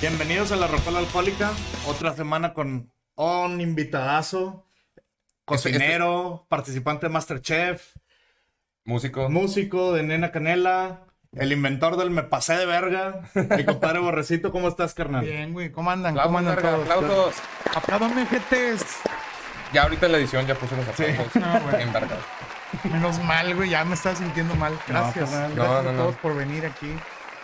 Bienvenidos a La Rocola Alcohólica. Otra semana con un invitadazo, Este, cocinero, participante de Masterchef, Músico. músico de Nena Canela, el inventor del Me Pasé de Verga. Mi compadre Borrecito, ¿cómo estás, carnal? Bien, güey, ¿cómo andan? ¿Cómo Aplausos, andan verga, todos? aplausos. Apláudame, jetes. Ya ahorita en la edición ya puse los aplausos. Ah, No, güey. En verga. Menos mal, güey, ya me estaba sintiendo mal. Gracias. carnal. Gracias No, a no, no. todos por venir aquí.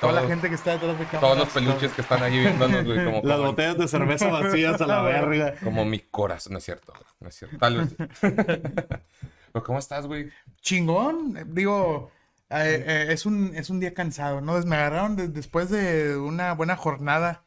Toda la Todos. gente que está detrás de cámaras. Todos los peluches que están ahí viéndonos, güey, como, Las como, botellas de cerveza vacías a la verga. como mi corazón. No es cierto, güey, no es cierto. Tal vez. Pero ¿cómo estás, güey? Chingón. eh, Digo, eh, eh, es, un, es un día cansado, ¿no? Me agarraron de- después de una buena jornada.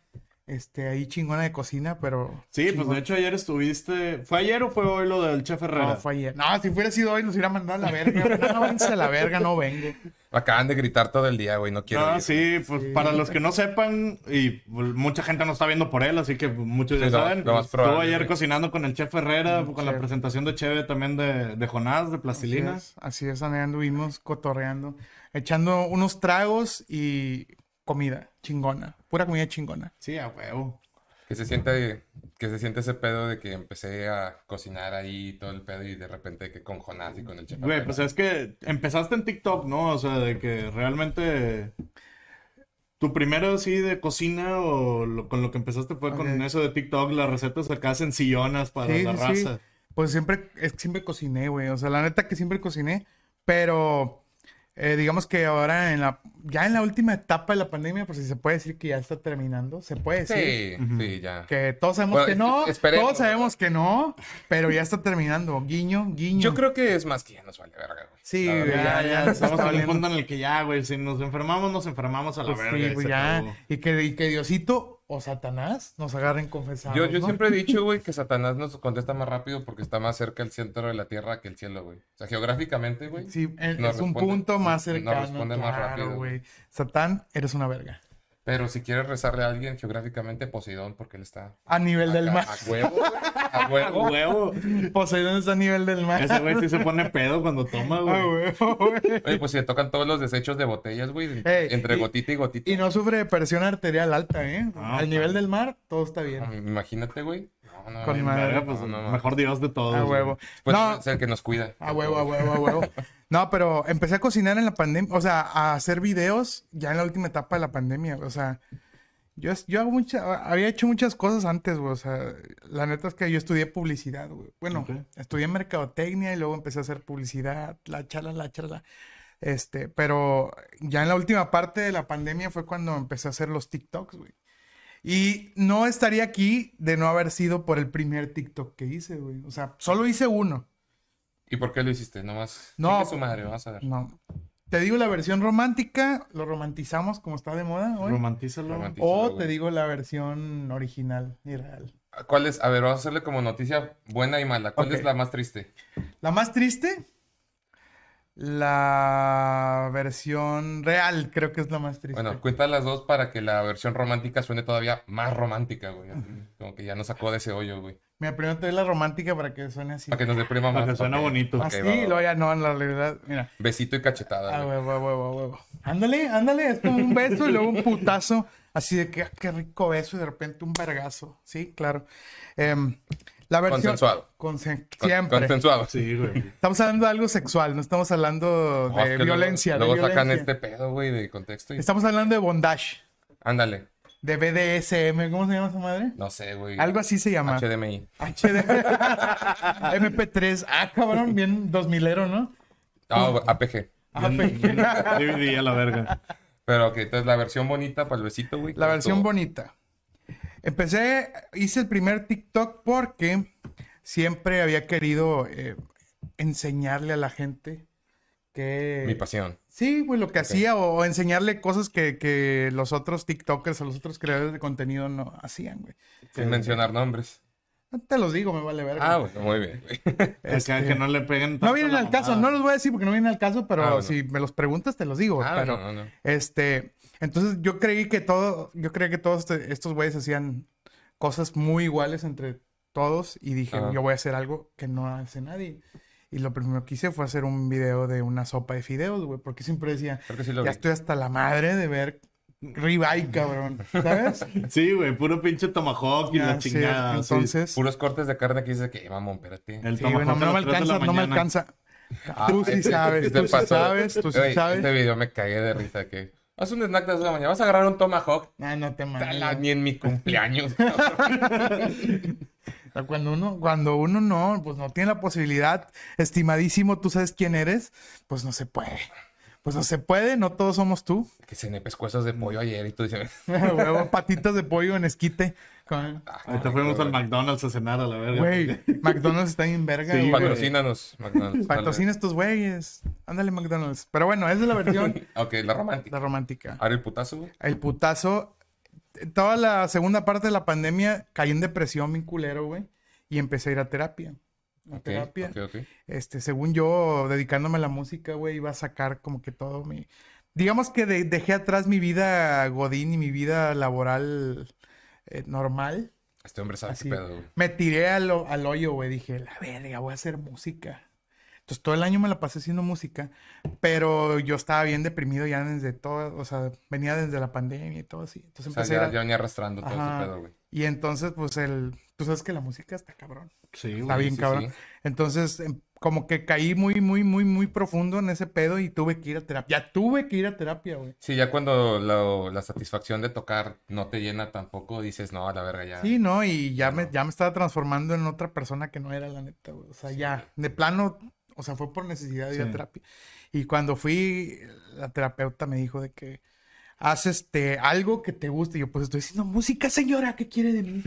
Este, ahí chingona de cocina, pero. Sí, pues chingón. de hecho ayer estuviste. ¿Fue ayer o fue hoy lo del Chef Herrera? No, fue ayer. No, si hubiera sido hoy, nos hubiera mandado a la verga. No, váyanse a la verga, no vengo. Me acaban de gritar todo el día, güey. No quiero. Ah, ir. sí, pues para los que no sepan, y pues, mucha gente no está viendo por él, así que pues, muchos ya Sí, lo- saben. lo más Estuvo probable, ayer güey. cocinando con el chef Herrera, con la chef. presentación de Cheve también de, de Jonás, de Así Plastilina. es, así es, Andrea, anduvimos cotorreando, echando unos tragos y comida chingona, pura comida chingona. Sí, a huevo. Que se siente, que se siente ese pedo de que empecé a cocinar ahí todo el pedo y de repente que con Jonás y con el chef. Güey, pues es que empezaste en TikTok, ¿no? O sea, de que realmente tu primero así de cocina o lo- con lo que empezaste fue con Ok. eso de TikTok, las recetas acá sencillonas para Sí, la sí, raza. sí. Pues siempre, es que siempre cociné, güey, o sea, la neta que siempre cociné, pero eh, digamos que ahora en la, ya en la última etapa de la pandemia, pues si se puede decir que ya está terminando, se puede decir. Sí, Ujú. sí, ya. Que todos sabemos Bueno, que no, esperemos. todos sabemos que no, pero ya está terminando. Guiño, guiño. Yo creo que es más que ya nos vale verga, güey. Sí, La verdad. Ya, güey. Ya, ya, ya, nos estamos está en un valiendo. punto en el que ya, güey, si nos enfermamos, nos enfermamos a la Pues sí, verga. y güey, se ya. acabó. Y que, y que Diosito o Satanás nos agarren confesados. Yo, yo ¿no? siempre he dicho, güey, que Satanás nos contesta más rápido porque está más cerca el centro de la Tierra que el cielo, güey. O sea, geográficamente, güey. Sí, eh, Nos es un responde- punto más nos cercano. responde más claro, rápido, güey. güey. Satán, eres una verga. Pero si quieres rezarle a alguien geográficamente, Poseidón, porque él está... A nivel acá, del mar. A huevo, güey. A A huevo. huevo. Poseidón está a nivel del mar. Ese güey sí se pone pedo cuando toma, Ah, güey. huevo, güey. Oye, pues si le tocan todos los desechos de botellas, güey. Ey, entre y- gotita y gotita. Y no sufre de presión arterial alta, ¿eh? Ah, Al nivel del mar, todo está bien. Ah, Imagínate, güey. No, no. Con güey. madre. Verga, pues, No, no, no. mejor Dios de todos. A güey. huevo. Pues no, es el que nos cuida. A huevo, a huevo, a huevo. No, pero empecé a cocinar en la pandemia, o sea, a hacer videos ya en la última etapa de la pandemia, o sea, yo, es- yo hago mucha- había hecho muchas cosas antes, güey, o sea, la neta es que yo estudié publicidad, güey. Bueno, Ok. estudié mercadotecnia y luego empecé a hacer publicidad, la chala, la chala, este, pero ya en la última parte de la pandemia fue cuando empecé a hacer los TikToks, güey. Y no estaría aquí de no haber sido por el primer TikTok que hice, güey. O sea, solo hice uno. ¿Y por qué lo hiciste? Nomás. No. No. su madre, vamos a ver. No. Te digo la versión romántica, lo romantizamos como está de moda hoy. Romantízalo. Romanti- o güey. te digo la versión original y real. ¿Cuál es? A ver, vamos a hacerle como noticia buena y mala. ¿Cuál Ok. es la más triste? La más triste, la versión real, creo que es la más triste. Bueno, cuenta las dos para que la versión romántica suene todavía más romántica, güey. Así, Como que ya nos sacó de ese hoyo, güey. Mira, primero te doy la romántica para que suene así. Para que nos deprima más. Para que suena ok. bonito. Ok, así, va, va, y va. luego ya no, en la realidad. Mira. Besito y cachetada, Ah, güey. huevo, huevo, huevo. Ándale, ándale, es como un beso y luego un putazo. Así de que, ah, qué rico beso y de repente un vergazo. Sí, claro. Em, la versión. Consensuado. Consen- Con- siempre. Consensuado. Sí, güey. Estamos hablando de algo sexual, no estamos hablando No, es de que luego- violencia. de Luego, sacan violencia. este pedo, güey, de contexto. Y... Estamos hablando de bondage, Ándale. de BDSM, ¿cómo se llama esa madre? No sé, güey. Algo así se llama. HDMI. HD. MP3. Ah, cabrón, bien 2000ero, ¿no? Ah, güey, APG. Ah, pe- DVD a la verga. Pero ok, entonces la versión bonita para el besito, güey. La ¿cómo versión estuvo? bonita. Empecé, hice el primer TikTok porque siempre había querido eh, enseñarle a la gente que... Mi pasión. Sí, güey, lo que hacía o, o enseñarle cosas que, que los otros TikTokers o los otros creadores de contenido no hacían, güey. Sin mencionar nombres. No te los digo, me vale verga. Ah, bueno, muy bien, güey. Este, Acá que no le peguen. no tanto vienen la al caso, mamada. no los voy a decir porque no vienen al caso, pero Ah, bueno. si me los preguntas te los digo. Ah, pero, no, no, no. este, entonces yo creí que todo, yo creí que todos este- estos güeyes hacían cosas muy iguales entre todos y dije, Ajá. yo voy a hacer algo que no hace nadie. Y lo primero que hice fue hacer un video de una sopa de fideos, güey, porque siempre decía, Creo que sí lo vi. Ya estoy hasta la madre de ver Ribeye, cabrón. ¿Sabes? Sí, güey, puro pinche tomahawk y la Así es, chingada. sí. Ah, Entonces, Puros cortes de carne que dices que, eh, mamón, espérate. El sí, güey, no, tomahawk a no me las tres de la alcanza, no me mañana. alcanza. Ah, Tú sí este- sabes, este tú sí pasó. sabes, tú sí Güey, Este sabes. video me cagué de risa que. Haz un snack de las de la mañana. Vas a agarrar un tomahawk. Ah, no te Tala, mames. ni en mi cumpleaños. cabrón. O sea, Cuando uno, cuando uno no, pues no tiene la posibilidad, estimadísimo, tú sabes quién eres, pues no se puede. Pues no se puede, no todos somos tú. que se nepes cuestas de pollo ayer y tú dices. Huevo, patitas de pollo en esquite. Con- ah, qué Ahorita rico, fuimos al güey. McDonald's a cenar a la verga. Güey, McDonald's está en verga. Sí, güey. güey. Patrocínanos, McDonald's. dale. Patrocina estos güeyes. Ándale, McDonald's. Pero bueno, esa es la versión Ok, la romántica. la romántica. Ahora el putazo, güey. El putazo. Toda la segunda parte de la pandemia caí en depresión, mi culero, güey. Y empecé a ir a terapia. A Ok, terapia. ok, ok. Este, según yo, dedicándome a la música, güey, iba a sacar como que todo mi. Digamos que de- dejé atrás mi vida Godín y mi vida laboral eh, normal. Este hombre sabe Así. qué pedo, güey. Me tiré al, ho- al hoyo, güey. Dije, la verga, voy a hacer música. Entonces todo el año me la pasé haciendo música, pero yo estaba bien deprimido ya desde todo, o sea, venía desde la pandemia y todo así. Entonces O sea, empecé a ir ya, a- ya venía arrastrando todo Ajá. ese pedo, güey. Y entonces, pues el, tú sabes que la música está cabrón. Sí, Está güey. bien, cabrón. Entonces, em, como que caí muy, muy, muy, muy profundo en ese pedo y tuve que ir a terapia. Ya tuve que ir a terapia, güey. Sí, ya cuando la, la satisfacción de tocar no te llena tampoco, dices, no, a la verga ya. Sí, ¿no? Y ya me, no. ya me estaba transformando en otra persona que no era la neta, güey. O sea, Sí. ya, de plano, o sea, fue por necesidad de ir a Sí. terapia. Y cuando fui, la terapeuta me dijo de que haz este, algo que te guste. Y yo, pues estoy haciendo música, señora, ¿qué quiere de mí?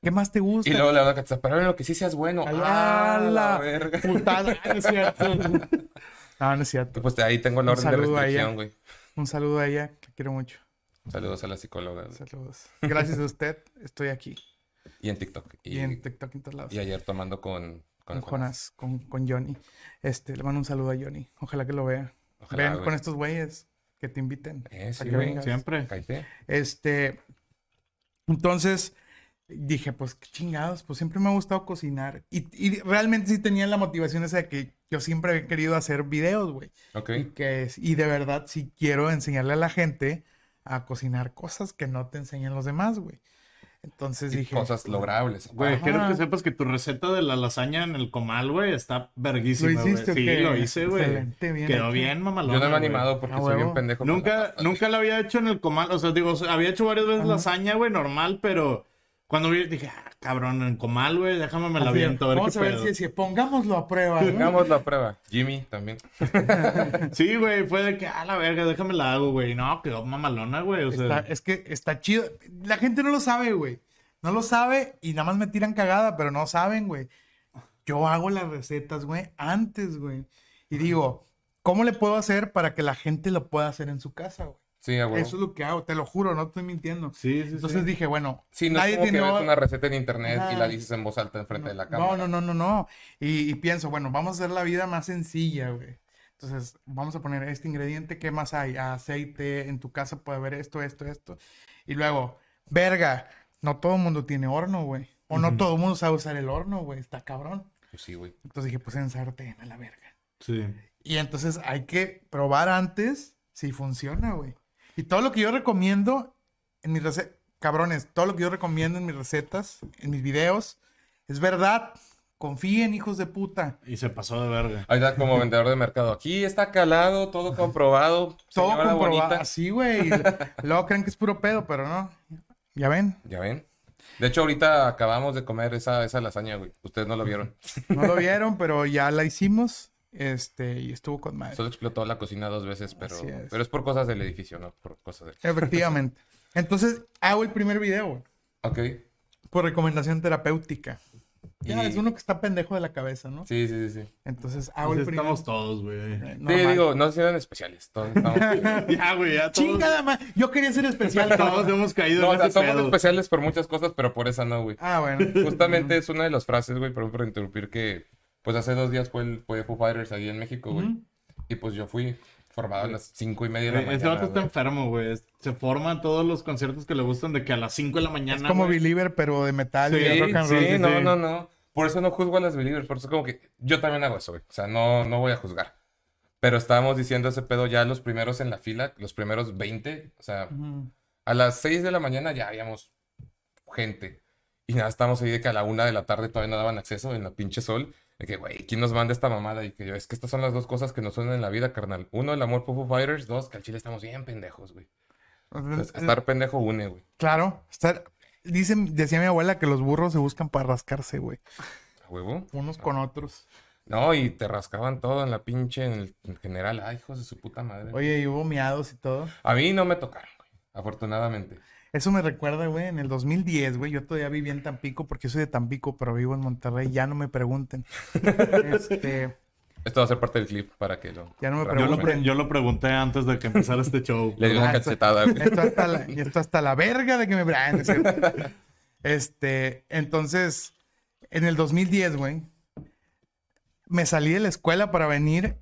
¿Qué más te gusta? Y luego la verdad que te dice, pero en lo que sí seas bueno. Alá, ¡Ah, la la verga! Putada, no es cierto. No, no es cierto. Pues ahí tengo la Un orden de saludo a ella. restricción, güey. Un saludo a ella, la quiero mucho. Saludos a la psicóloga. güey. Saludos. Gracias a usted, estoy aquí. Y en TikTok. Y, Y, en TikTok en todos lados. y ayer tomando con, con Jonas, con, con Johnny. Este, le mando un saludo a Johnny. Ojalá que lo vea. Ojalá, Ven güey. con estos güeyes que te inviten. Eh, sí, que güey, eh. vengas. Siempre. Cállate. Este, entonces dije, pues qué chingados, pues siempre me ha gustado cocinar. Y, y realmente sí tenía la motivación esa de que yo siempre he querido hacer videos, güey. Ok. Y, que, es- y de verdad sí quiero enseñarle a la gente a cocinar cosas que no te enseñan los demás, güey. Entonces Y dije, "Ah, cosas logrables. Güey, Ajá. quiero que sepas que tu receta de la lasaña en el comal, güey, está ¿lo verguísima, güey. hiciste o Sí, qué? lo hice, güey. Excelente, bien Quedó hecho. bien, mamalón. Yo no me he animado porque A soy bien Ah, huevo. pendejo. con la Nunca, pasta, nunca lo había hecho en el comal. O sea, digo, o sea, había hecho varias veces Ajá. lasaña, güey, normal, pero cuando vi, dije, ah, cabrón, en comal, güey, déjame me la Así de, aviento. A ver Vamos qué a ver pedo". si, si pongámoslo a prueba. güey. ¿no? Hagamos la prueba. Jimmy también. Sí, güey, fue de que, ah, la verga, déjame la hago, güey. No, quedó mamalona, güey. O sea, Está- es que está chido. La gente no lo sabe, güey. No lo sabe y nada más me tiran cagada, pero no saben, güey. Yo hago las recetas, güey, antes, güey. Y digo, ¿cómo le puedo hacer para que la gente lo pueda hacer en su casa, güey? Sí, a huevo. Eso es lo que hago, te lo juro, no estoy mintiendo. sí, sí, sí. Entonces dije, bueno, Sí, no es nadie como tiene que ves o- una receta en internet y Ajá. la dices en voz alta enfrente de la cámara. No, no, no, no, no. Y, y pienso, bueno, vamos a hacer la vida más sencilla, güey. Entonces, vamos a poner este ingrediente, ¿qué más hay? Ah, Aceite, en tu casa puede haber esto, esto, esto. Y luego, verga, no todo el mundo tiene horno, güey. O no todo el mundo sabe usar el horno, güey. Está cabrón. Pues sí, güey. Entonces dije, pues en sartén, a la verga. Sí. Y entonces hay que probar antes si funciona, güey. Y todo lo que yo recomiendo en mis recetas, cabrones, todo lo que yo recomiendo en mis recetas, en mis videos, es verdad. Confíen, hijos de puta. Y se pasó de verga. Ahí está como vendedor de mercado. Aquí está calado, todo comprobado. Todo señora comprobado. bonita. Así, güey. Luego creen que es puro pedo, pero no. Ya ven, Ya ven. De hecho, ahorita acabamos de comer esa, esa lasaña, güey. Ustedes no lo vieron. no lo vieron, pero ya la hicimos. Este, y estuvo con madre. Solo explotó la cocina dos veces, pero Así es. pero es por cosas del edificio, no por cosas de... Efectivamente. Entonces, hago el primer video, güey, Ok. Por recomendación terapéutica. Ya, Y- es uno que está pendejo de la cabeza, ¿no? Sí, sí, sí. sí. Entonces, hago Así el primer estamos todos, güey. Eh, Sí, normal. digo, no sean especiales. Todos estamos... Ya, güey, ya todos. Chingada ma- Yo quería ser especial. Todos cabrón. hemos caído No, o en sea, ese somos pedo. especiales por muchas cosas, pero por esa no, güey. Ah, bueno. Justamente es una de las frases, güey, perdón por interrumpir, que pues hace dos días fue, el, fue Foo Fighters ahí en México, güey. Ujú. Eh, Y pues yo fui formado a las cinco y media de la Güey, Ese mañana. vato está güey. enfermo, güey. Se forman todos los conciertos que le gustan de que a las 5 de la mañana. Es como güey. Believer, pero de metal y Sí, de rock and roll. Sí, sí, no, sí. no, no. Por eso no juzgo a las believers, por eso como que yo también hago eso, güey. O sea, no, no voy a juzgar. Pero estábamos diciendo ese pedo ya los primeros en la fila, los primeros 20, o sea, Ujú. a las 6 de la mañana ya habíamos gente. Y nada, estábamos ahí de que a la 1 de la tarde todavía no daban acceso en la pinche sol. De que, güey, ¿quién nos manda esta mamada? Y que yo, es que estas son las dos cosas que nos suenan en la vida, carnal. Uno, el amor por Foo Fighters. Dos, que al chile estamos bien pendejos, güey. Entonces, estar pendejo une, güey. eh, Claro, estar... Dicen, decía mi abuela que los burros se buscan para rascarse, güey. A huevo. Unos con otros. No, y te rascaban todo en la pinche, en, el- en general. Ay, hijos de su puta madre. Oye, y hubo miados y todo. A mí no me tocaron, güey. Afortunadamente. Eso me recuerda, güey, en el 2010, güey, yo todavía vivía en Tampico, porque yo soy de Tampico, pero vivo en Monterrey, ya no me pregunten. Este, Esto va a ser parte del clip para que lo. Ya no me Yo Rápido, lo, pregunto. güey. pre- yo lo pregunté antes de que empezara este show. Le di una Ah, esto- cachetada. güey. esto hasta la, y esto hasta la verga de que me... Ah, no es cierto. Este, entonces, en el 2010, güey, me salí de la escuela para venir,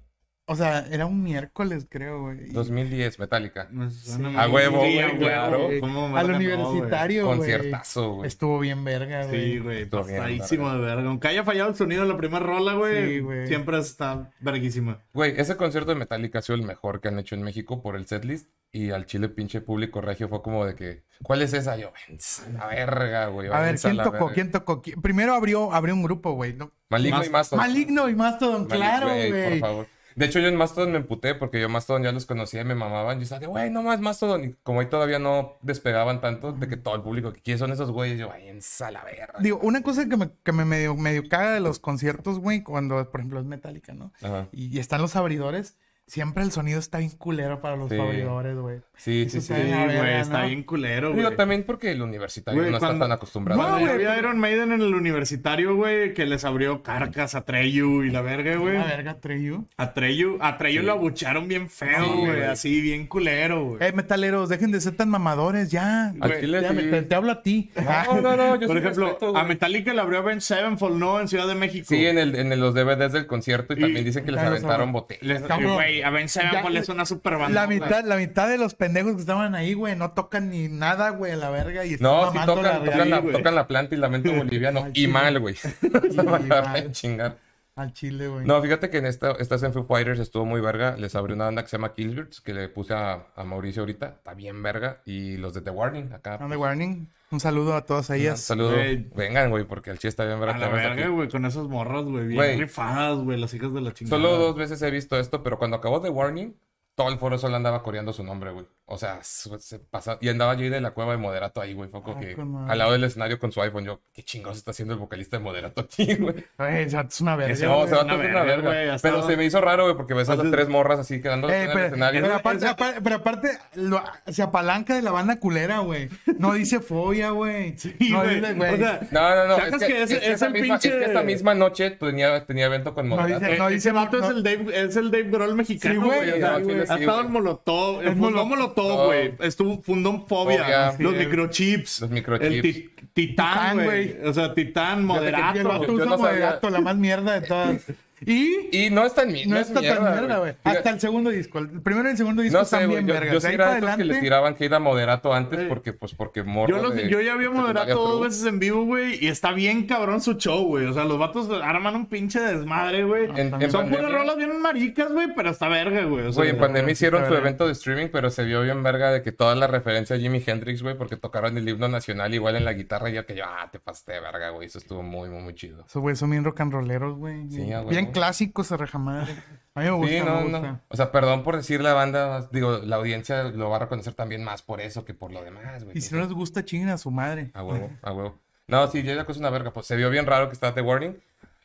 o sea, era un miércoles, creo, güey. y- 2010, Metallica. Me suena Sí. muy A huevo, bien, güey, claro. güey. ¿Cómo me Al ganó, universitario, güey. Este- Conciertazo, güey. Estuvo bien verga, güey? güey. Sí, güey, Estuvo bien, pasadísimo de verga. Aunque haya fallado el sonido en la primera rola, güey, Sí, güey. siempre está verguísima. Güey, ese concierto de Metallica ha sido el mejor que han hecho en México por el setlist. Y al chile pinche público regio fue como de que, ¿cuál es esa? Yo, "Vens, la verga, güey. A ver, váyanse ¿quién la tocó? verga". ¿Quién tocó? ¿Quién- Primero abrió, abrió un grupo, güey. ¿no? Maligno y Mastodon. Maligno y Mastodon, Maligno, claro, Por güey. favor. De hecho, yo en Mastodon me emputé porque yo en Mastodon ya los conocía y me mamaban. Yo estaba de, güey, no más Mastodon. Y como ahí todavía no despegaban tanto, de que todo el público, ¿quiénes son esos güeyes? Yo, váyanse a la verga. Digo, una cosa que me, que me medio, medio caga de los conciertos, güey, cuando, por ejemplo, es Metallica, ¿no? Ajá. Y, y están los abridores, siempre el sonido está bien culero para los Sí. abridores, güey. Sí, Eso sí, sí. Sí, Ay, la güey, verga, está ¿no? bien culero, güey. Digo, también porque el universitario Güey, no está cuando- tan acostumbrado. No, Cuando güey, yo vi a pero- Iron Maiden en el universitario, güey, que les abrió Carcas, Atreyu y la verga, güey. La verga, Treyu. Atreyu, Atreyu Sí. lo abucharon bien Sí, feo, güey, güey. así bien culero, güey. Eh, metaleros, dejen de ser tan mamadores, ya. Al Güey, chile ya me- sí. te, te hablo a ti. Ah, No, no, no, yo Por sí ejemplo, respeto, a güey. Metallica le abrió Ben Sevenfold, ¿no? En Ciudad de México. Sí, en, el, en los DVDs del concierto y Y- también dicen que les Ya los aventaron ab- botellas. Les- Cabrón. Güey, a Ben Sevenfold Ya- es una super banda. La mitad, la mitad de los pendejos que estaban ahí, güey, no tocan ni nada, güey, a la verga. Y están No, sí mamando tocan, la tocan, real, la, güey. tocan la planta y lamento boliviano. Al y chile. mal, güey. Se me mal. agarra de chingar. Al chile, güey. No, fíjate que en esta, esta en Foo Fighters estuvo muy verga. Les abrió una banda que se llama Killbirds, que le puse a, a Mauricio ahorita. Está bien verga. Y los de The Warning, acá. Round the warning. Un saludo a todas Un ellas. saludo. Güey. Vengan, güey, porque el chiste está bien verga. A la tenerlos aquí. verga, güey, con esas morras, güey, bien Güey. rifadas, güey, las hijas de la chingada. Solo dos veces he visto esto, pero cuando acabó The Warning, todo el foro solo andaba coreando su nombre, güey. O sea, su- se pasa... Y andaba yo ahí de la cueva de Moderato ahí, güey. Foco Ah, que con madre. al lado del escenario con su iPhone. Yo, ¿qué chingados está haciendo el vocalista de Moderato aquí, güey? Güey, esa es una verga. Ese No, güey, se va a una una verga, verga. güey, hasta- Pues Pero se me hizo raro, güey, porque ves a las Antes- tres morras así quedando Eh, en el pero, escenario. pero aparte, aparte- pero aparte, lo- se apalanca de la banda culera, güey. No dice folla, güey. Sí, no güey. dice, güey. O sea, No, no, no. sacas Es que, que ese- es que es esa el misma, es que pinche- esa misma noche tenía, tenía evento con No, Moderato. dice- no, no, ese dice- vato no- es, el Dave, es el Dave Grohl mexicano, Sí, güey. güey, o sea, al chile ha sí, estado güey. en Molotov, Es fundó Molotov. Molotov, güey. Estuvo, fundó un Fobia, Fobia. los Sí, microchips, los microchips. el ti- Titán, Titán, güey. güey. O sea, Titán, Y el moderato. vato yo usa no sabía. moderato, la más mierda de todas. Y, Y no es tan mi- no, es está tan mierda, güey. Fíjate- Hasta el segundo disco. El primero y el segundo disco No sé, están güey. bien Yo, vergas. yo De sí ahí era para de esos que le adelante, tiraban que era moderato antes Sí. porque, pues, porque morro. Yo, los- de yo ya había secundaria, moderado dos pero- veces en vivo, güey, y está bien cabrón su show, güey. O sea, los vatos arman un pinche desmadre, güey. En- Son en puras Ah, pandemia- rolas bien maricas, güey, pero está verga, güey. O sea, Pues, Güey, en pandemia sí, hicieron está su bien. evento de streaming, pero se vio bien verga de que toda la referencia a Jimi Hendrix, güey, porque tocaron el himno nacional igual en la guitarra y yo que yo, ah, te pasaste de verga, güey. Eso estuvo muy, muy, muy chido. Esos güey son bien rock and rolleros, güey. Sí, a huevo. bien clásicos, se rejamadre. A mí me gusta, Sí, no, me gusta. no. O sea, perdón por decir la banda, digo, la audiencia lo va a reconocer también más por eso que por lo demás, güey. Y si no les gusta, chinguen a su madre. A huevo, a huevo. No, sí, Jay de la Cueva es una verga. Pues se vio bien raro que estaba The Warning.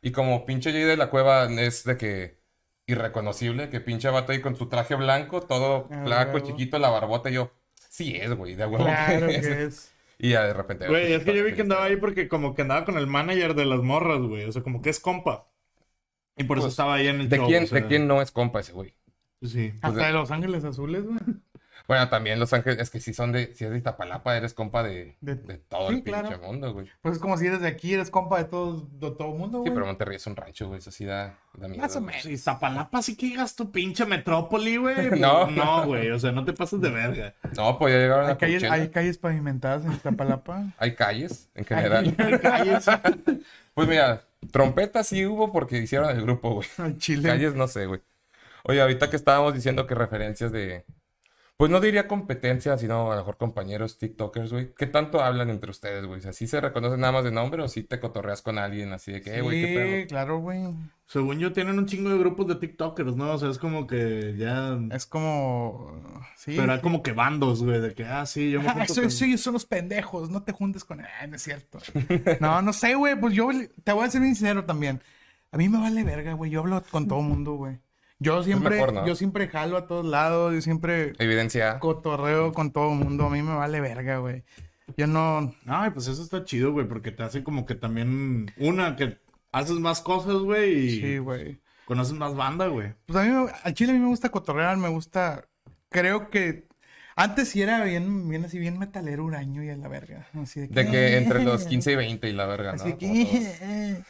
Y como pinche Jay de la Cueva es de que irreconocible, que pinche vato ahí con su traje blanco, todo A flaco, Ah, huevo. chiquito, la barbota, y yo, sí es, güey, de a huevo. Pues que Claro es". que es. Y ya de repente. Güey, es que yo vi que andaba ahí porque como que andaba con el manager de las morras, güey. O sea, como que es compa. Y por eso Pues, estaba ahí en el ¿De show. quién, o sea, pues ¿De quién Ah, no es compa ese güey? Sí. Hasta de Los Ángeles Azules, güey. Bueno, también Los Ángeles, es que si son de, si es de Iztapalapa, eres compa de, De- de todo sí, el pinche claro. mundo, güey. Pues es como si eres de aquí, eres compa de todo, de todo mundo, Sí, güey. pero Monterrey es un rancho, güey, eso sí da, da miedo. Más o güey. menos. Sí, Zapalapa sí que llegas tu pinche metrópoli, güey. Pues, No. No, güey. O sea, no te pases de verga. No, pues ya llegaron Hay a calles, Coachella. hay calles pavimentadas en Iztapalapa. Hay calles, en general. Calles. Pues mira, trompetas sí hubo porque hicieron el grupo, güey. Al chile. Calles no sé, güey. Oye, ahorita que estábamos diciendo que referencias de. Pues no diría competencia, sino a lo mejor compañeros TikTokers, güey. ¿Qué tanto hablan entre ustedes, güey? O sea, ¿sí se reconocen nada más de nombre o si te cotorreas con alguien así de que, "Eh, güey, qué pedo? Sí, claro, güey. Según yo, tienen un chingo de grupos de TikTokers, ¿no? O sea, es como que ya. Es como. Sí. Pero hay como que bandos, güey, de que, ah, sí, yo me Ah, junto eso- con- eso ellos son los pendejos, no te juntes con... Ah, no es cierto. No, no sé, güey, pues yo te voy a ser bien sincero también. A mí me vale verga, güey, yo hablo con todo mundo, güey. Yo siempre, mejor, ¿no? yo siempre jalo a todos lados, yo siempre Evidencia. cotorreo con todo mundo, a mí me vale verga, güey. Yo no... Ay, pues eso está chido, güey, porque te hace como que también. Una, que haces más cosas, güey, y Sí, güey. conoces más banda, güey. Pues a mí, me- al chile a mí me gusta cotorrear, me gusta... Creo que... Antes sí era bien, bien así, bien metalero huraño y a la verga. Así de, De que entre los 15 y 20 y la verga, ¿no? Así Como todos. que...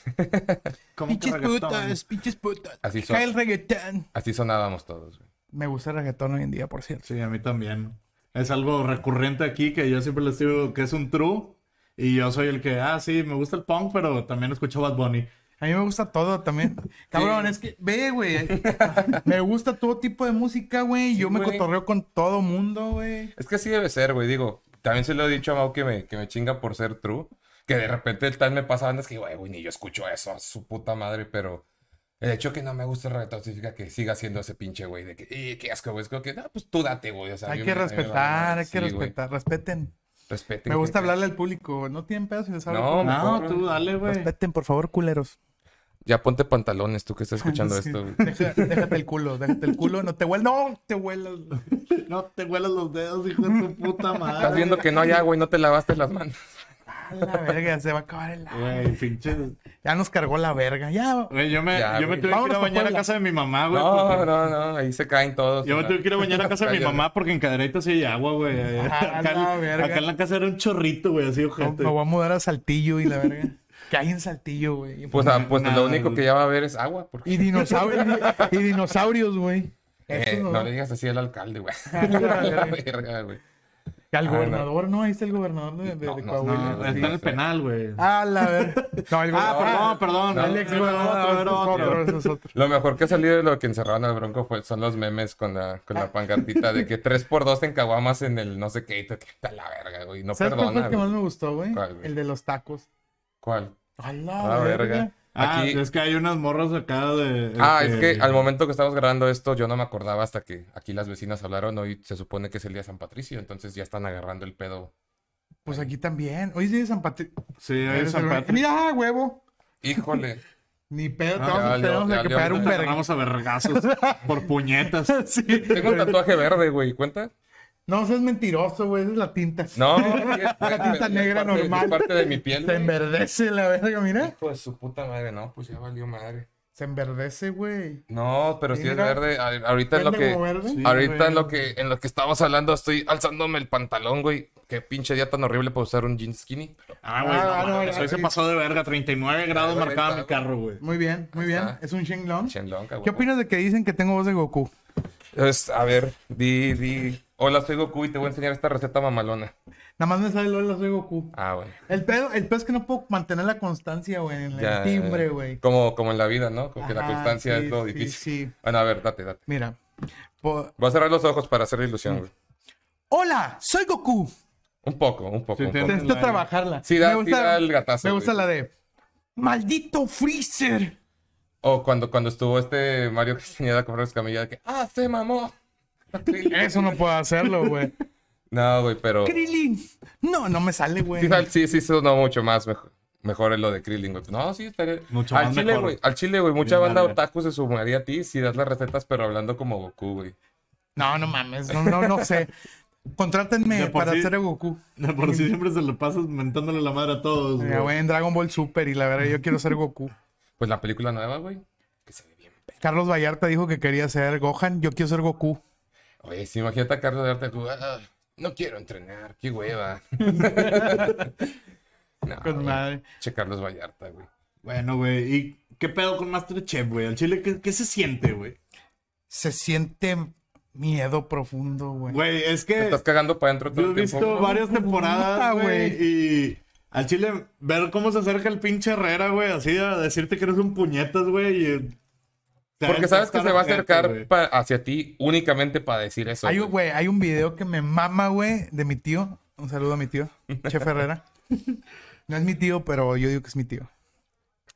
Como que Pinches reggaetón. putas, pinches putas. Así Que son. cae el reggaetón. Así sonábamos todos, güey. Me gusta el reggaetón hoy en día, por cierto. Sí, a mí también. Es algo recurrente aquí que yo siempre les digo que es un true. Y yo soy el que, ah, sí, me gusta el punk, pero también escucho Bad Bunny. A mí me gusta todo también. Cabrón, es que, ve, güey. Me gusta todo tipo de música, güey. Yo me güey. cotorreo con todo mundo, güey. Es que así debe ser, güey. Digo, también se lo he dicho a Mau que me, que me chinga por ser true. Que de repente el tal me pasa bandas que, güey, güey, ni yo escucho eso, a su puta madre, pero el hecho que no me guste el reggaetón significa que siga siendo ese pinche güey de que, "Eh, qué asco, güey. Es como que, no, pues tú date, güey. O sea, a Hay mí que me- a mí me vale respetar, madre. hay Sí, que güey. respetar. Respeten. Respeten. Me gusta gente. hablarle al público. No tienen pedos si les hablo. al No, público. No, mejor, tú güey. dale, güey. Respeten, por favor, culeros. Ya ponte pantalones tú que estás escuchando Sí. esto, güey. Deja- déjate el culo, déjate el culo. No te huelas. No, te huelas. No te huelas los dedos, hijo de tu puta madre. Estás viendo que no hay agua y no te lavaste las manos. A la verga, se va a acabar el... Güey, pinche. Ya nos cargó la verga. Ya, Güey, yo me, Ya, yo me tuve güey. que ir Vámonos a pa' bañar a Puebla. casa de mi mamá, güey. No, porque- no, no, ahí se caen todos. Yo me ¿no? tuve que ir a bañar a casa de mi Cállate. mamá porque en Cadereyta sí hay agua, güey. Ah, Acá, la verga. acá en la casa era un chorrito, güey, así, No, ojete. me voy a mudar a Saltillo y la verga. Este ¿Qué hay en Saltillo, güey? Pues, ah, pues Nada, lo único güey. que ya va a haber es agua. Porque... Y dinosaurios, y dinosaurios, güey. Eh, Eso, no ¿no? Ah, le digas así al alcalde, güey. la Verga, güey. Y Al Ah, gobernador, ¿no? Ahí está el gobernador de, de- No, de no, Coahuila. No, está en el penal, güey. Ah, la verga. No, el Ah, perdón, gobernador. perdón. No. pues, El Alex, ex güey, otro, gobernador. era otro. es otro. Lo mejor que ha salido de lo que encerraron al Bronco fue, son los memes con la, con Ah. la pancartita de que 3x2 en Caguamas en el no sé qué. y te- Está la verga, güey. No ¿Sabes cuál fue perdona. el que güey. más me gustó, güey? ¿Cuál, güey? El de los tacos. ¿Cuál? A la Ah, verga. verga. Ah, Aquí- es que hay unas morras acá de. Ah, es este, que al momento que estamos grabando esto, yo no me acordaba hasta que aquí las vecinas hablaron. Hoy se supone que es el día de San Patricio, entonces ya están agarrando el pedo. Pues aquí también. Hoy sí de San Patricio. Sí, hay San Patricio. Mira, ah, huevo. Híjole. Ni pedo, Ah, ya te vamos a- te vamos valió, a que ya pegar un valió. verga. Vamos a vergazos por puñetas. Sí. Tengo un tatuaje verde, güey. ¿Cuenta? No, eso es mentiroso, güey. Esa es la tinta. No. sí es- tinta es negra parte- normal. Es parte de mi piel. Se güey. enverdece la verga, mira. Hijo de su puta madre, no, pues ya valió madre. Se enverdece, güey. No, pero si es Mira. verde. a- Ahorita en lo Prende que. como verde. Sí, Ahorita güey. en lo que en lo que estamos hablando, estoy alzándome el pantalón, güey. Qué pinche día tan horrible para usar un jean skinny. Ah, güey, Ah, no, no, mames, no, hoy se sí. pasó de verga. 39 grados Ah, güey, marcaba está, mi carro, güey. Muy bien, muy bien. está. Es un Shenlong. Shenlong, ¿Qué cabrón. opinas de que dicen que tengo voz de Goku? Es- a ver, di, di. Hola, soy Goku y te voy a enseñar esta receta mamalona. Nada más me sale Lola, soy Goku. Ah, bueno. El pedo, el pedo es que no puedo mantener la constancia, güey, en el Ya, timbre, eh, güey. Como, como en la vida, ¿no? Como que la Ajá, constancia sí, es lo sí, difícil. sí. Bueno, a ver, date, date. Mira. po- Voy a cerrar los ojos para hacer la Mm. ilusión, güey. Hola, soy Goku. Un poco, un poco, Sí, un te- poco. Intento trabajarla. Sí, da- sí da el gatazo, Me gusta güey. la de Maldito Freezer. O cuando, cuando estuvo este Mario Castañeda con Francisco Camilla, de que, ah, se mamó. Eso no puedo hacerlo, güey. No, güey, pero. Krillin. No, no me sale, güey. Sí, sal- sí, sí, sonó mucho más mejor, mejor en lo de Krillin, güey. No, sí, estaría. Mucho al más chile, mejor. güey. Al chile, güey. Mucha Bien, banda verga. otaku se sumaría a ti si das las recetas, pero hablando como Goku, güey. No, no mames. No, no, no sé. Contrátenme De por para sí- hacer a Goku. De Por si siempre se lo pasas mentándole la madre a todos, Ya, güey. güey, Pues en Dragon Ball Super y la verdad yo quiero ser Goku. Pues la película nueva, güey. Que se ve bien. pe- Carlos Vallarta dijo que quería ser Gohan, yo quiero ser Goku. Oye, sí, imagínate a Carlos de Arte jugar. "Ah, No quiero entrenar, qué hueva. no, Con güey. madre. Che, Carlos Vallarta, güey. Bueno, güey, ¿y qué pedo con Masterchef, güey? Al chile, ¿qué, qué se siente, güey? Se siente miedo profundo, güey. Güey, es Te que estás cagando para adentro todo Eh, yo he el tiempo. visto varias Puta, temporadas, güey. güey, y al chile ver cómo se acerca el pinche Herrera, güey, así a decirte que eres un puñetas, güey, y Te va a Porque sabes que empezar se va a ojete, acercar güey. pa- hacia ti únicamente para decir eso. Hay, un- güey. güey, hay un video que me mama, güey, de mi tío. Un saludo a mi tío, Che Herrera. No es mi tío, pero yo digo que es mi tío.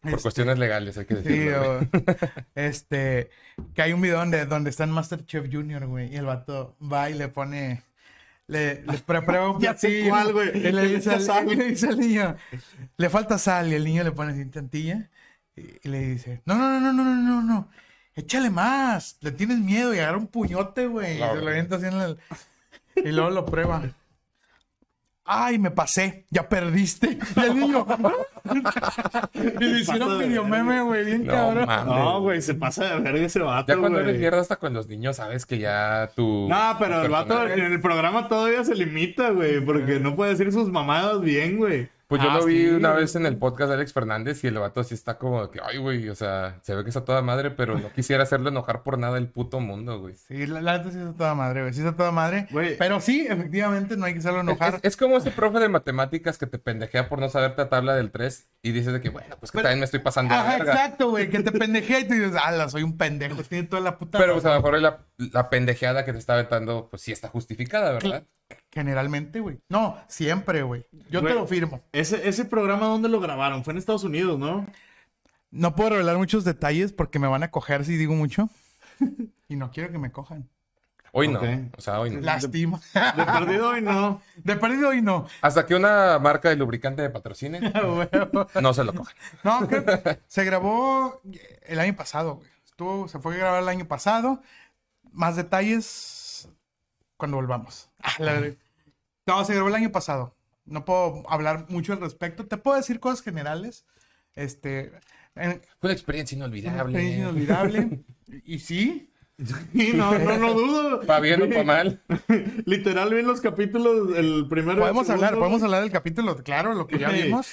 Por cuestiones legales, hay que este Sí, decirlo. güey. o- este, que hay un video donde, donde está en Masterchef Junior, güey, y el vato va y le pone, le, le prepara un Ya sé platillo, cuál, güey. y le dice, Ya al, sabe. y le dice al niño, le falta sal, y el niño le pone así tantilla, y, y le dice, no, no, no, no, no, no, no, no, échale más, le tienes miedo, y agarra un puñote, güey, y No, se lo güey. avienta así en el, y luego lo prueba. Ay, me pasé, ya perdiste. Y el niño. y le hicieron Pasa de video verga. meme, güey, bien No cabrón. mames. No, güey, se pasa de verga ese vato, Ya cuando güey. eres mierda hasta con los niños, sabes que ya tu. No, tu pero el vato personaje- Eh. en el programa todavía se limita, güey, porque no puede decir sus mamadas bien, güey. Pues yo Ah, lo vi sí, una güey. vez en el podcast de Alex Fernández y el vato así está como que, ay, güey, o sea, se ve que está toda madre, pero no quisiera hacerlo enojar por nada el puto mundo, güey. Sí, la, la neta sí está toda madre, güey. Sí está toda madre. Güey. Pero sí, efectivamente, no hay que hacerlo Es, enojar. es- es como ese profe de matemáticas que te pendejea por no saberte la tabla del 3 y dices de que, bueno, pues que también me estoy pasando de Ajá, verga. exacto, güey. Que te pendejea y tú dices, ala, soy un pendejo. Tiene toda la puta. Pero pues, razón". a lo mejor la, la pendejeada que te está aventando, pues sí está justificada, ¿verdad? Generalmente, güey. No, siempre, güey. Yo Güey. te lo firmo. Ese, ese programa, ¿dónde lo grabaron? Fue en Estados Unidos, ¿no? No puedo revelar muchos detalles porque me van a coger si digo mucho. y no quiero que me cojan. Hoy no, Ok. o sea, hoy no. Lástima. De perdido hoy no. De perdido hoy no. Hasta que una marca de lubricante de patrocine, A huevo. no se lo cogen. No, creo que se grabó el año pasado, güey. Estuvo, se fue a grabar el año pasado. Más detalles cuando volvamos. Ah, la verdad. No, se grabó el año pasado. No puedo hablar mucho al respecto. Te puedo decir cosas generales. Este, en- Fue una experiencia inolvidable. es inolvidable. Y y sí, Y no, no, no dudo. Pa' bien o pa' mal. Literal, vi los capítulos, el primero. podemos el segundo, hablar, podemos hablar del capítulo, claro, lo que ya Sí. vimos.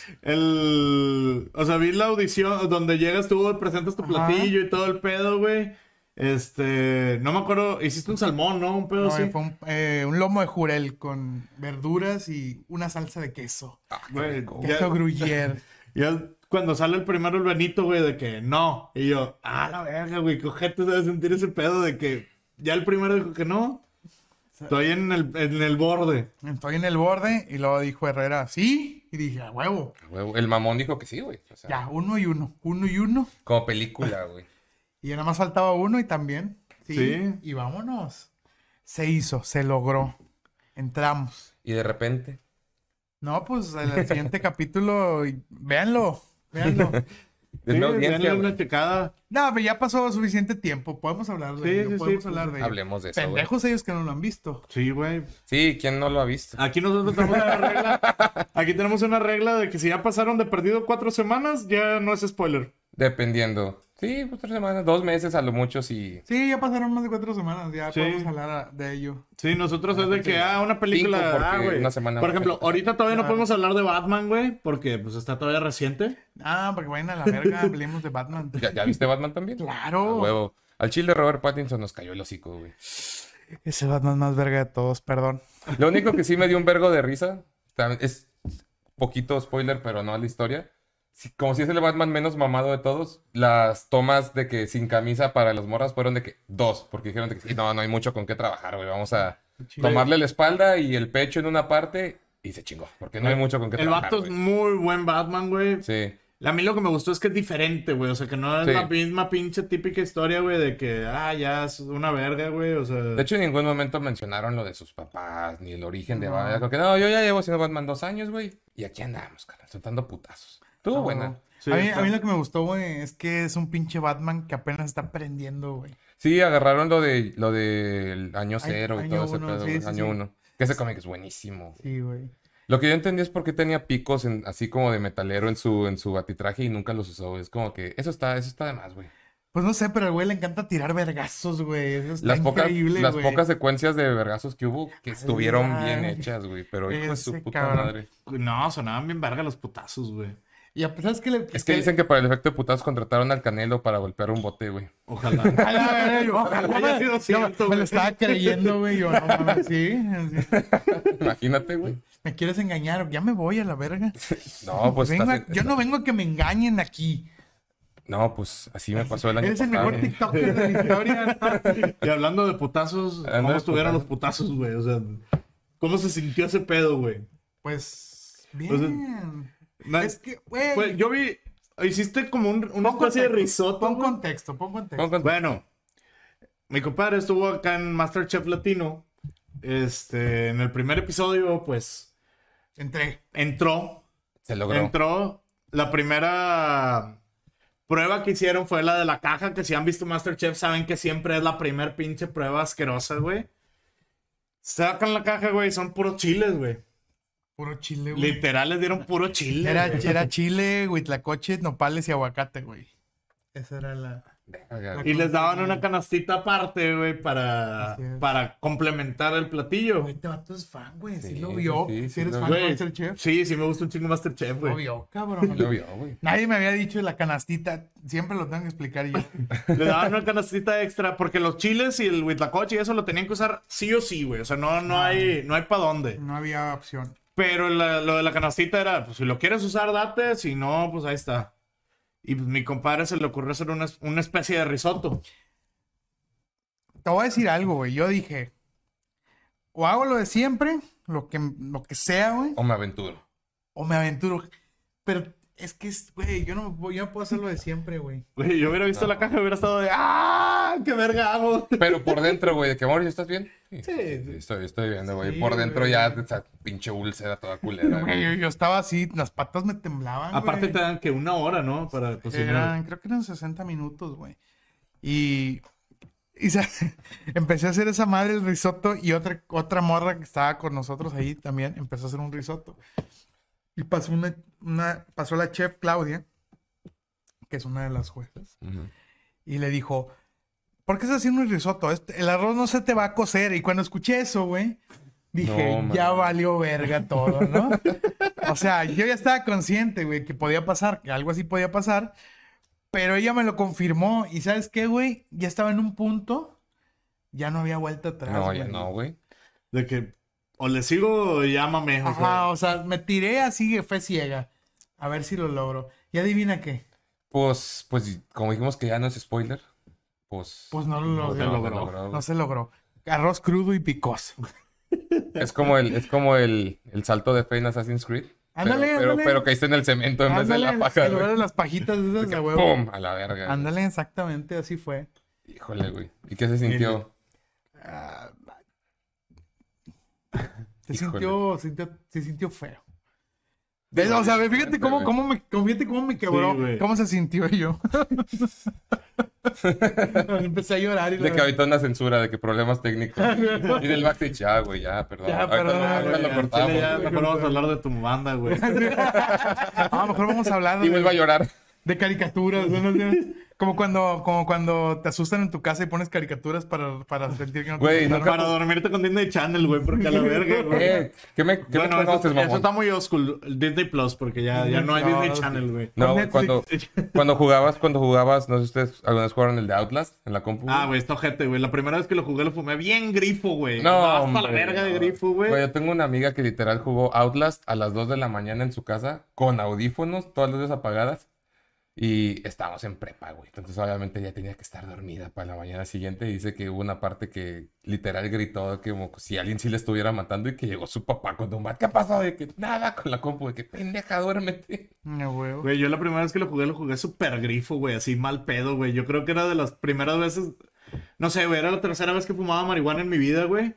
El. O sea, vi la audición donde llegas tú, presentas tu Ajá. platillo y todo el pedo, güey. Este. No me acuerdo. Hiciste un salmón, ¿no? Un pedo No, así. fue un, eh, un lomo de jurel con verduras y una salsa de queso. Ah, Güey, ya- Queso gruyere. ya cuando sale el primero el Benito, güey, de que no. Y yo, ah, la verga, güey, cojete, debes sentir ese pedo de que ya el primero dijo que no. Estoy en el, en el borde. Estoy en el borde y luego dijo Herrera, sí. Y dije, a huevo. Huevo, El mamón dijo que sí, güey. O sea, Ya, uno y uno, uno y uno. como película, güey. Y ya nada más faltaba uno y también. Sí. Sí. Y vámonos. Se hizo, se logró. Entramos. Y de repente, No, pues en el siguiente capítulo, y- véanlo, véanlo. de Sí, una denle audiencia, una güey, checada. No, pero ya pasó suficiente tiempo. Podemos hablar de Sí, ello. sí, sí, podemos pues, hablar de ello. hablemos de eso, güey. Pendejos ellos que no lo han visto. Sí, güey. Sí, ¿quién no lo ha visto? Aquí nosotros tenemos una regla. Aquí tenemos una regla de que si ya pasaron de perdido cuatro semanas, ya no es spoiler. Dependiendo. Sí, pues, tres semanas, dos meses a lo mucho, sí. Sí, ya pasaron más de cuatro semanas. Ya Sí. podemos hablar a- de ello. Sí, nosotros es de que, ah, una película. Cinco, porque ah, güey. una semana Por más ejemplo, tarde. ahorita todavía no Claro. podemos hablar de Batman, güey, porque pues está todavía reciente. Ah, porque vayan a la verga, hablemos de Batman. ¿Ya, ya viste Batman también? Claro. A huevo. Al chile Robert Pattinson nos cayó el hocico, güey. Es el Batman más verga de todos, perdón. Lo único que sí me dio un vergo de risa, tam- es poquito spoiler, pero no a la historia. Si- como si es el Batman menos mamado de todos, las tomas de que sin camisa para las morras fueron de que dos, porque dijeron de que "Sí, no, no hay mucho con qué trabajar, güey. Vamos a tomarle la espalda y el pecho en una parte y se chingó, porque no hay mucho con qué El trabajar. vato es güey. muy buen Batman, güey. Sí. A mí lo que me gustó es que es diferente, güey. O sea, que no es Sí. la misma pinche típica historia, güey, de que, ah, ya es una verga, güey. O sea, De hecho, en ningún momento mencionaron lo de sus papás ni el origen de No. Batman. Como que, no, yo ya llevo siendo Batman dos años, güey. Y aquí andamos, carnal, soltando putazos. Tú, No. buena. sí, a, mí, está- a mí lo que me gustó, güey, es que es un pinche Batman que apenas está aprendiendo, güey. Sí, agarraron lo de lo del año Ay- cero y año todo ese uno, pedo, sí, güey, sí, año sí. uno. Que ese cómic es buenísimo. Sí, güey. Lo que yo entendí es por qué tenía picos en- así como de metalero en su, en su batitraje y nunca los usó. güey. Es como que eso está, eso está de más, güey. Pues no sé, pero al güey le encanta tirar vergazos, güey. Eso está Las pocas, increíble, las güey. pocas secuencias de vergazos que hubo que estuvieron bien madre. hechas, güey. Pero hijo de su Ese puta cabrón. madre. No, sonaban bien verga los putazos, güey. Y a pesar es que le... Es que dicen que para el efecto de putazos contrataron al Canelo para golpear un bote, güey. Ojalá. Ay, a ver, yo- Ojalá haya sido yo- cierto, me güey. lo estaba creyendo, güey. Yo, no mames, sí. sí. Imagínate, güey. Me quieres engañar. Ya me voy a la verga. No, pues Vengo estás a- en- Yo no vengo a que me engañen aquí. No, pues así me pasó el año Eres el pasado. mejor TikToker de la historia. Y hablando de putazos, Hablando ¿cómo de estuvieron los putazos, güey? O sea, ¿cómo se sintió ese pedo, güey? Pues O sea, bien. Na- es que, güey. Fue- yo vi, hiciste como un, una pon especie de contexto, risotto. Pon güey. contexto, pon contexto. Con- con- Bueno, mi compadre estuvo acá en Masterchef Latino. Este, en el primer episodio, pues, Entré. entró. Se logró. Entró. La primera prueba que hicieron fue la de la caja, que si han visto Masterchef saben que siempre es la primer pinche prueba asquerosa, güey. Sacan la caja, güey, son puros chiles, güey. Puro chile, güey. Literal les dieron puro chile. Era, güey. era chile, huitlacoche, nopales y aguacate, güey. Esa era la. Verga, güey. Y les daban una canastita aparte, güey, para, Así es. para complementar el platillo. Güey, te este vato es fan, güey. Sí, Sí, lo vio. sí, si sí eres lo fan vio. de Güey, Masterchef. sí, sí me gusta un chingo Masterchef, Lo güey. vio, cabrón. Lo vio, güey. Nadie me había dicho de la canastita. Siempre lo tengo que explicar yo. Le daban una canastita extra porque los chiles y el huitlacoche y eso lo tenían que usar sí o sí, güey. O sea, no, Ah, no hay, no hay para dónde. No había opción. Pero la- lo de la canastita era, pues si lo quieres usar, date. Si no, pues ahí está. Y pues, mi compadre se le ocurrió hacer una, una especie de risotto. Te voy a decir algo, güey. Yo dije, o hago lo de siempre, lo que, lo que sea, güey, O me aventuro. o me aventuro. Pero es que, es- güey, yo no, me puedo- yo no puedo hacer lo de siempre, güey. Güey, yo hubiera visto la caja y hubiera estado de, ¡ah! ¡Qué verga hago! Pero por dentro, güey, de que Mauricio, ¿estás bien? Sí. Sí. sí, estoy, estoy viendo, Sí, güey. Por dentro güey. ya, esa pinche úlcera toda culera. Güey, güey. yo, yo estaba así, las patas me temblaban. Aparte Ah, güey. te dan que una hora, ¿no? Para cocinar. Eran, creo que eran 60 minutos, güey. Y, y sa- empecé a hacer esa madre el risotto y otra, otra morra que estaba con nosotros ahí también empezó a hacer un risotto. Y pasó, una, una- pasó la chef Claudia, que es una de las jueces, Ujú. y le dijo, ¿por qué estás haciendo un risotto? Este- el arroz no se te va a cocer. Y cuando escuché eso, güey, dije, No, ya man. valió verga todo, ¿no? o sea, yo ya estaba consciente, güey, que podía pasar, que algo así podía pasar. Pero ella me lo confirmó. ¿Y sabes qué, güey? Ya estaba en un punto, ya no había vuelta atrás, No, güey. ya no, güey. De que, o le sigo o llámame. o sea. Ajá, o sea, me tiré así de fe ciega. A ver si lo logro. ¿Y adivina qué? Pues, pues, como dijimos que ya no es spoiler, pues. Pues no lo logré. se logró. güey. No se logró. Arroz crudo y picoso. Es como el, es como el, el salto de fe en Assassin's Creed. Ándale, pero, pero, ándale. pero caíste en el cemento en vez de la Ándale, paja. en lugar güey. de las pajitas de esas De que de huevo. ¡Pum! A la verga. güey. Ándale, exactamente, así fue. Híjole, güey. ¿Y qué se sintió? Ah, Se Híjole. sintió, sintió- se sintió feo. Digo, o sea, fíjate diferente, cómo, güey. cómo me, cómo- fíjate cómo me quebró, Sí, güey. cómo se sintió yo. Empecé a llorar y la De que ahorita una censura, de que problemas técnicos. y del backstage, ya, güey, ya, perdón. Ya, Ahorita lo- perdón, Ah, ahorita Güey, güey, lo al cortamos, chile ya güey. mejor vamos a hablar de tu banda, güey. Ah, mejor vamos a hablar Y vuelvo a de, llorar. de caricaturas. ¿no? Como cuando, como cuando te asustan en tu casa y pones caricaturas para, para sentir que no te Güey, asustaron. Para dormirte con Disney Channel, güey, porque a la verga, güey. Eh, ¿Qué me, qué me Bueno, conoces, eso, eso mamón? está muy oscuro, Disney Plus, porque ya, ya no hay Plus. Disney Channel, güey. No, güey, Netflix. cuando, cuando jugabas, cuando jugabas, no sé si ustedes alguna vez jugaron el de Outlast en la compu. Ah, güey, está ojete, güey. La primera vez que lo jugué lo fumé bien grifo, güey. No, Hasta la hombre, verga de no. grifo, Güey, güey. yo tengo una amiga que literal jugó Outlast a las 2 de la mañana en su casa con audífonos, todas las luces apagadas. Y estábamos en prepa, güey. Entonces, obviamente, ya tenía que estar dormida para la mañana siguiente. Y dice que hubo una parte que literal gritó que como si alguien sí le estuviera matando y que llegó su papá con un bat. ¿Qué pasó? De que nada con la compu, de que pendeja, duérmete. No, güey. Güey, yo la primera vez que lo jugué lo jugué súper grifo, güey, así mal pedo, güey. Yo creo que era de las primeras veces, no sé, güey, era la tercera vez que fumaba marihuana en mi vida, güey.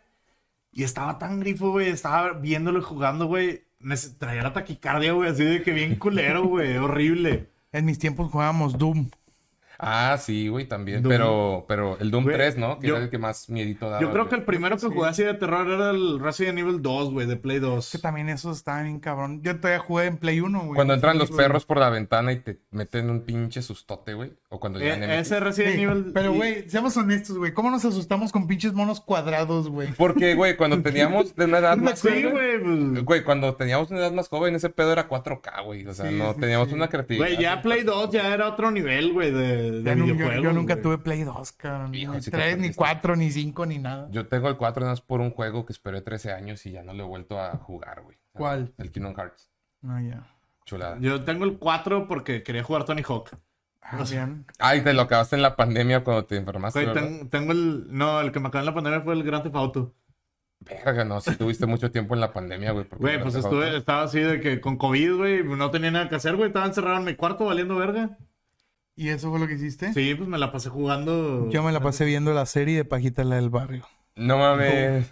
Y estaba tan grifo, güey, estaba viéndolo y jugando, güey. Me se- traía la taquicardia, güey, así de que bien culero, güey, horrible. En mis tiempos jugábamos Doom. Ah, sí, güey, también. Doom. Pero, pero el Doom Güey, 3, ¿no? Que yo- era el que más miedito daba. Yo creo güey. que el primero que jugué así de terror era el Resident Evil 2, güey, de Play 2. Que también esos estaban bien cabrón. Yo todavía jugué en Play 1, güey. Cuando entran los Sí, güey. perros por la ventana y te meten un pinche sustote, güey. O cuando llegan E- ese Sí, Resident Evil... pero, y- güey, seamos honestos, güey. ¿Cómo nos asustamos con pinches monos cuadrados, güey? Porque, güey, cuando teníamos de una edad más Sí, joven. güey, pues, Güey, cuando teníamos una edad más joven, ese pedo era 4K, güey. O sea, Sí, no sí, teníamos sí. una creatividad. Güey, ya Play 2 ya era otro nivel, güey, de, de Ya nu- yo- videojuegos. yo, nunca güey. tuve Play 2, cabrón. Hijo, ni sí te 3, ni perdiste. 4, ni 5, ni nada. Yo tengo el 4 nada más por un juego que esperé 13 años y ya no lo he vuelto a jugar, güey. ¿Cuál? El Kingdom Hearts. No, ya. Chulada. Yo tengo el 4 porque quería jugar Tony Hawk. Ah, bien. Ay, te lo acabaste en la pandemia cuando te enfermaste. Güey, ¿verdad? ten- tengo el. No, el que me acabó en la pandemia fue el Grand Theft Auto. Verga, no, si tuviste mucho tiempo en la pandemia, güey. porque Güey, no pues te estuve, faltó. estaba así de que con COVID, güey, no tenía nada que hacer, güey. Estaba encerrado en mi cuarto valiendo verga. ¿Y eso fue lo que hiciste? Sí, pues me la pasé jugando. Yo me la pasé viendo la serie de Pajita la del barrio. No mames.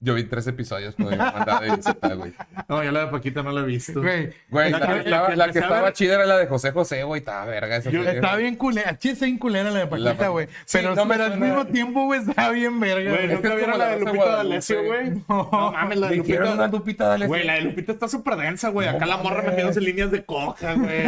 Yo vi tres episodios cuando me mandaba de visita, güey. No, yo la de Paquita no la he visto. Güey, Güey, La la, que- que estaba- la que la que empecé a estaba ver- chida era la de José José, güey. Estaba verga esa Yo- serie. estaba bien culera. Sí, está bien culera la de La Pajita, pa- güey. Sí, Pero, no me pero al suena. mismo tiempo, güey, estaba bien verga. Güey, güey. es que ¿nunca es vieron como la la de Rosa de Lupita D'Alessio, Guadalupe. güey? No mames, la de Le hicieron una Lupita. Lupita D'Alessio. Güey, la de Lupita está súper densa, güey. Acá la morra metiéndose en líneas de coca, güey.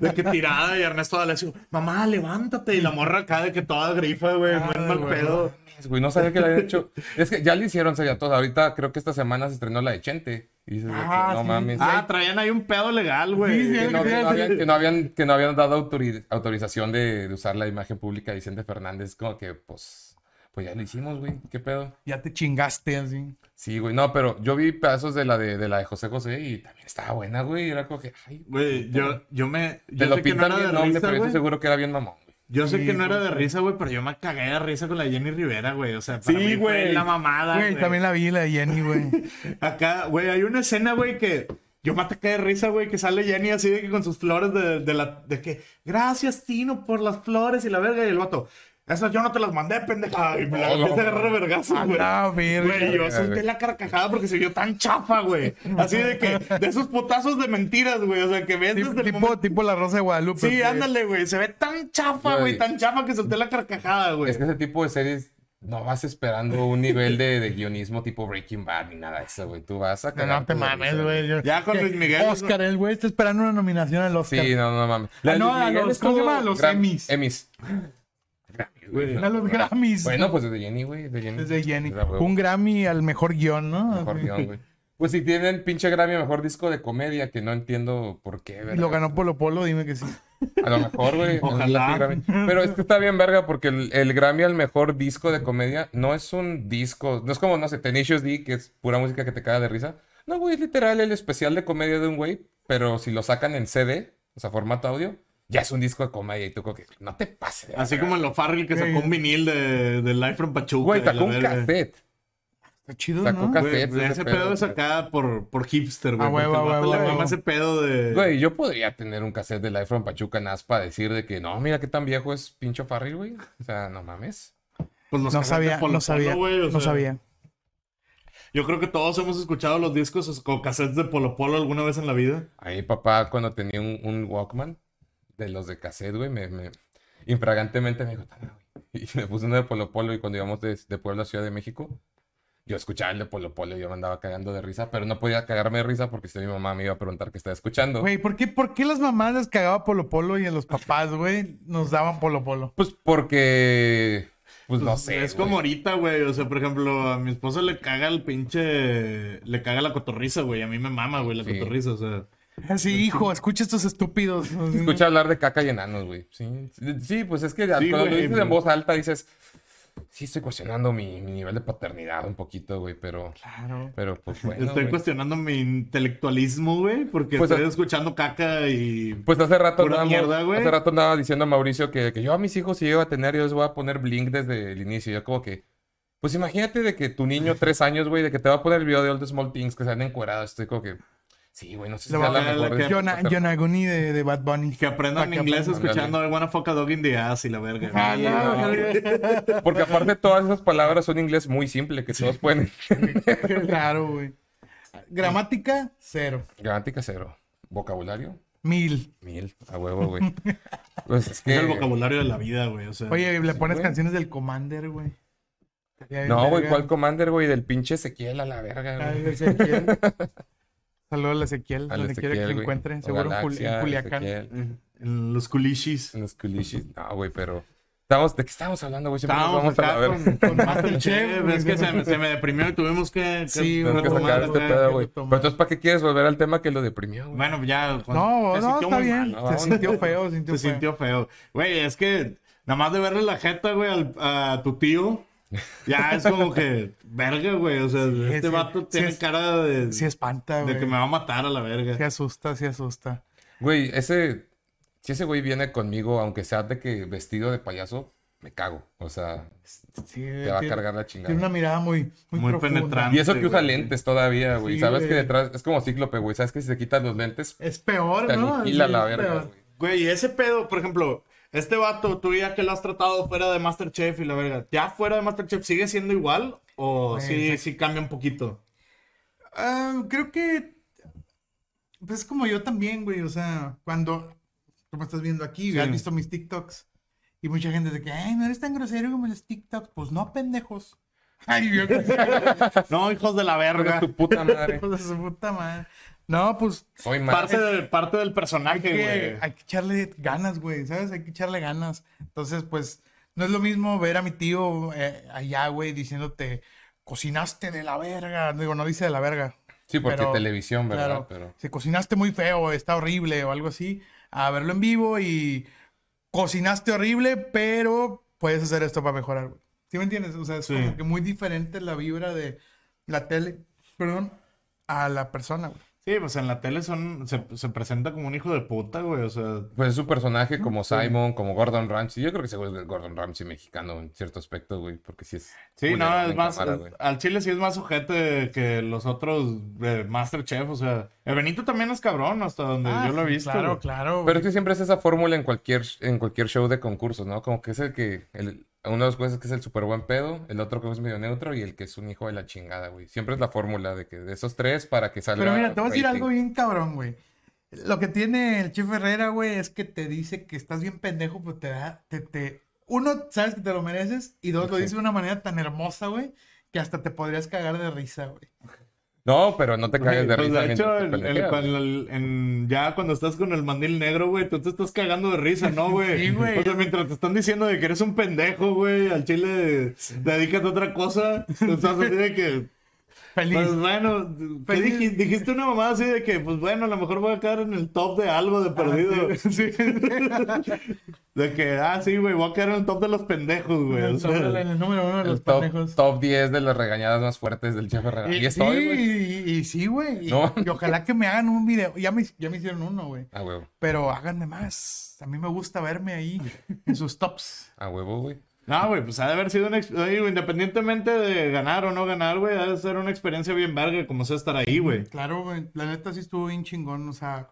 De que tirada y Ernesto D'Alessio, mamá, levántate. Y la morra acá de que toda grifa, güey. muy mal güey. pedo. mames, güey, no sabía que la habían hecho. Es que ya le hicieron serie a todos. Ahorita creo que esta semana se estrenó la de Chente. Y dices, de que, Ah, no sí. mames. Ah, traían ahí un pedo legal, güey. Sí, sí, que, no, que no sí. habían, que no habían- que no habían dado autori- autorización de, de usar la imagen pública de Vicente Fernández. Como que, pues, pues ya lo hicimos, güey. ¿Qué pedo? Ya te chingaste así. Sí, güey. No, pero yo vi pedazos de la de, de la de José José y también estaba buena, güey. Era como que, ay, Güey, yo, yo me. Yo te lo sé que no pintan era de bien, no, hombre, risa, pero yo güey. estoy seguro que era bien mamón, güey. Yo sé Sí, que no era güey, de sí. risa, güey, pero yo me cagué de risa con la Jenny Rivera, güey. O sea, para Sí, mí fue Ah, güey. la mamada, Güey, güey. también la vi, la de Jenny, güey. Acá, güey, hay una escena, güey, que yo me ataqué de risa, güey, que sale Jenny así de que con sus flores de, de la... De que, gracias, Tino, por las flores y la verga. Y el vato, esas yo no te las mandé, pendeja. Y me la Oh, empieza a no. Ah, agarrar a vergazo, A güey. la verga. Güey, yo solté güey. la carcajada porque se vio tan chafa, güey. Así de que, de esos putazos de mentiras, güey. O sea, que ves Tipo, desde el tipo, momento... tipo la Rosa de Guadalupe. Sí, güey. ándale, güey. Se ve tan chafa, güey, Güey. tan chafa que solté la carcajada, güey. Es que ese tipo de series no vas esperando un nivel de, de guionismo tipo Breaking Bad ni nada de eso, güey. Tú vas a No, cagar no te de la mames, risa, güey. yo- Ya con que- Luis Miguel- Oscar, el güey está esperando una nominación al Oscar. Sí, no, no mames. Ah, no, a los- ¿cómo se llama? A los Emmys. Emis. Güey, A los Grammys. Bueno, pues desde Jenny, güey. De Jenny. Desde Jenny. Era, güey, Un Grammy al mejor guión, ¿no? mejor Así. guión, güey. Pues si tienen pinche Grammy, mejor disco de comedia, que no entiendo por qué, ¿verdad? Y lo ganó Polo Polo, dime que sí. A lo mejor, güey. Ojalá. el Grammy. Pero es que está bien verga porque el, el Grammy al mejor disco de comedia no es un disco, no es como, no sé, Tenacious D, que es pura música que te caga de risa. No, güey, es literal el especial de comedia de un güey, pero si lo sacan en CD, o sea, formato audio, ya es un disco de comedia y tú como que no te pases. de Así verga. como en lo Farrell que sacó un vinil de, de Live from Pachuca. Güey, de la sacó un verga. cassette. Está chido, Sacó ¿no? ca- Güey, Cassettes, ese ese pedo pedo, es acá por, por hipster, güey. Ah, porque huevo, el vato huevo, le huevo. mama ese pedo de. Güey, yo podría tener un cassette de Life from Pachuca Nas para decir de que no, mira qué tan viejo es pincho Farrell, güey. O sea, no mames. pues los No cassettes de sabía, Polo no Polo, sabía, güey, o no sea, sabía. Yo creo que todos hemos escuchado los discos o cassettes de Polo Polo alguna vez en la vida. A mi papá, cuando tenía un, un Walkman de los de cassette, güey, me, me- infragantemente me dijo, "Toma, güey". Y me puso uno de Polo Polo y cuando íbamos de, de Puebla a Ciudad de México, yo escuchaba el de Polo Polo y yo me andaba cagando de risa, pero no podía cagarme de risa porque si mi mamá me iba a preguntar qué estaba escuchando. Güey, ¿por qué, ¿por qué las mamás les cagaba Polo Polo y a los papás, güey, nos daban Polo Polo? Pues porque, pues no sé. Es güey. como ahorita, güey. O sea, por ejemplo, a mi esposa le caga el pinche. Le caga la cotorriza, güey. A mí me mama, güey, la Sí. cotorriza. O sea, Así, hijo, escucha estos estúpidos. Escucha hablar de caca y enanos, güey. Sí, sí, pues es que Sí, cuando lo güey, dices güey. en voz alta dices, sí, estoy cuestionando mi, mi nivel de paternidad un poquito, güey, pero, Claro. pero pues bueno. estoy güey. cuestionando mi intelectualismo, güey, porque Pues, estoy a- escuchando caca y. Pues hace rato, Pura andábamos- mierda, güey. hace rato andaba diciendo a Mauricio que, que yo a mis hijos si llego a tener, yo les voy a poner Blink desde el inicio. Yo como que, pues imagínate de que tu niño, tres años, güey, de que te va a poner el video de Old Small Things que se han encuerados. Estoy como que, sí, güey, no sé si Le sea voy a la poner la mejor que- decisión Jonah, paterna. Jonah Aguni de, de Bad Bunny. Que aprendan Pa' que inglés aprendan. escuchando I wanna fuck a dog in the ass y la verga. güey. Ah, no, Porque aparte todas esas palabras son inglés muy simple, que todos pueden... Claro, güey. Gramática, cero. Gramática cero. Vocabulario, Mil. Mil, a huevo, güey. Pues es que. Es el vocabulario de la vida, Ah, güey. O sea, Oye, le pones güey. canciones del Commander, güey. Estaría No, bien güey, verga. ¿cuál Commander, güey? Del pinche Ezequiel a la verga, Ay, güey. de Ezequiel. Saludos a Ezequiel, Al donde quiera que Ezequiel, lo güey. encuentren, O seguro en, Jul- en Galaxia, Culiacán. Ezequiel, en en los culichis. en los culichis. No, güey, pero. Estamos, ¿De qué estábamos hablando, güey? Siempre nos Estábamos vamos a acá la con, verga. con Masterchef. es que se, me- se me deprimió y tuvimos que, que Sí, Tenemos que retomar, sacar este güey. pedo, que güey. retomar. Pero entonces, ¿para qué quieres volver al tema que lo deprimió, güey? Bueno, ya. con- No, se no, sintió está muy bien. mal, ¿no? se sintió feo, se se sintió feo. sintió feo. Güey, es que nada más de verle la jeta, güey, al- a tu tío. Ya es como que, verga, güey. O sea, este sí, vato sí tiene es- cara de, Sí espanta, de güey. que me va a matar a la verga. Sí asusta, sí asusta. Güey, ese. si ese güey viene conmigo, aunque sea de que vestido de payaso, me cago. O sea, Sí, te va a tiene- cargar la Tiene una chingada. mirada muy, muy, Muy profunda. penetrante. Y eso que usa güey. lentes todavía, güey. Sí, Sabes que güey. detrás es como cíclope, güey. Sabes que si te quitas los lentes, Es peor, te ¿no? aniquila Sí, la es verga, peor. güey. Güey, ese pedo, por ejemplo, este vato, tú ya que lo has tratado fuera de Masterchef y la verga, ¿ya fuera de Masterchef sigue siendo igual o Güey, sí, exacto. sí cambia un poquito? Ah, creo que. Pues es como yo también, güey. O sea, cuando. Tú me estás viendo aquí, Sí. has visto mis TikToks. Y mucha gente de que, ay, no eres tan grosero como los TikToks. Pues no, pendejos. Ay, yo No, hijos de la Verga verga. tu puta madre. Hijos de su puta madre. No, pues Soy más. Parte, de- parte del hay personaje, que, güey. hay que echarle ganas, güey, ¿sabes? Hay que echarle ganas. Entonces, pues, no es lo mismo ver a mi tío eh, allá, güey, diciéndote, cocinaste de la verga. Digo, no dice de la verga. Sí, porque pero- televisión, ¿verdad? Claro, Pero si cocinaste muy feo, está horrible o algo así, a verlo en vivo y cocinaste horrible, pero puedes hacer esto para mejorar, güey. ¿Sí me entiendes? O sea, es Sí. como que muy diferente la vibra de la tele, perdón, a la persona, güey. Sí, pues en la tele son, se, se presenta como un hijo de puta, güey. O sea, pues es su Ah, personaje como Simon, como Gordon Ramsay. Yo creo que ese güey es Gordon Ramsay mexicano en cierto aspecto, güey. Porque sí es. sí, culero no, es en más. cámara, es- güey. al chile sí es más ojete que los otros eh, Masterchef, o sea. El Benito también es cabrón, hasta donde Ah, yo lo he sí, visto. Claro, güey. claro. güey. Pero es que siempre es esa fórmula en cualquier, en cualquier show de concursos, ¿no? Como que es el que, el, uno de los jueces que es el súper buen pedo, el otro que es medio neutro y el que es un hijo de la chingada, güey. Siempre es la fórmula de que de esos tres para que salga. Pero mira, te voy a decir rating. algo bien cabrón, güey. Lo que tiene el Chef Herrera, güey, es que te dice que estás bien pendejo, pero te da, te, te... Uno, sabes que te lo mereces, y dos, lo Sí. dice de una manera tan hermosa, güey, que hasta te podrías cagar de risa, güey. No, pero no te cagues de Pues, risa. de hecho, mientras te el- el- peleas, güey. cuando el- en- ya cuando estás con el mandil negro, güey, tú te estás cagando de risa, ¿no, güey? Sí, güey. O sea, mientras te están diciendo de que eres un pendejo, güey, al chile dedícate a otra cosa, tú estás así de que, Feliz. pues bueno, ¿qué Feliz. dijiste? dijiste una mamada así de que, pues bueno, a lo mejor voy a quedar en el top de algo de perdido. Ah, Sí. Pues, De que, ah, sí, güey, voy a quedar en el top de los pendejos, güey. o sea. Tómala en el número uno de los El top, pendejos. top 10 de las regañadas más fuertes del Chef Herrera. Y Y, estoy, sí, güey. y, y sí, güey. Y, No. y ojalá que me hagan un video. Ya me, ya me hicieron uno, güey. A huevo, Pero háganme más. A mí me gusta verme ahí en sus tops. a huevo, güey. No, güey, pues ha de haber sido una... ex- oye, güey, Independientemente de ganar o no ganar, güey, ha de ser una experiencia bien verga como sea estar ahí, güey. Claro, güey. La neta sí estuvo bien chingón. O sea,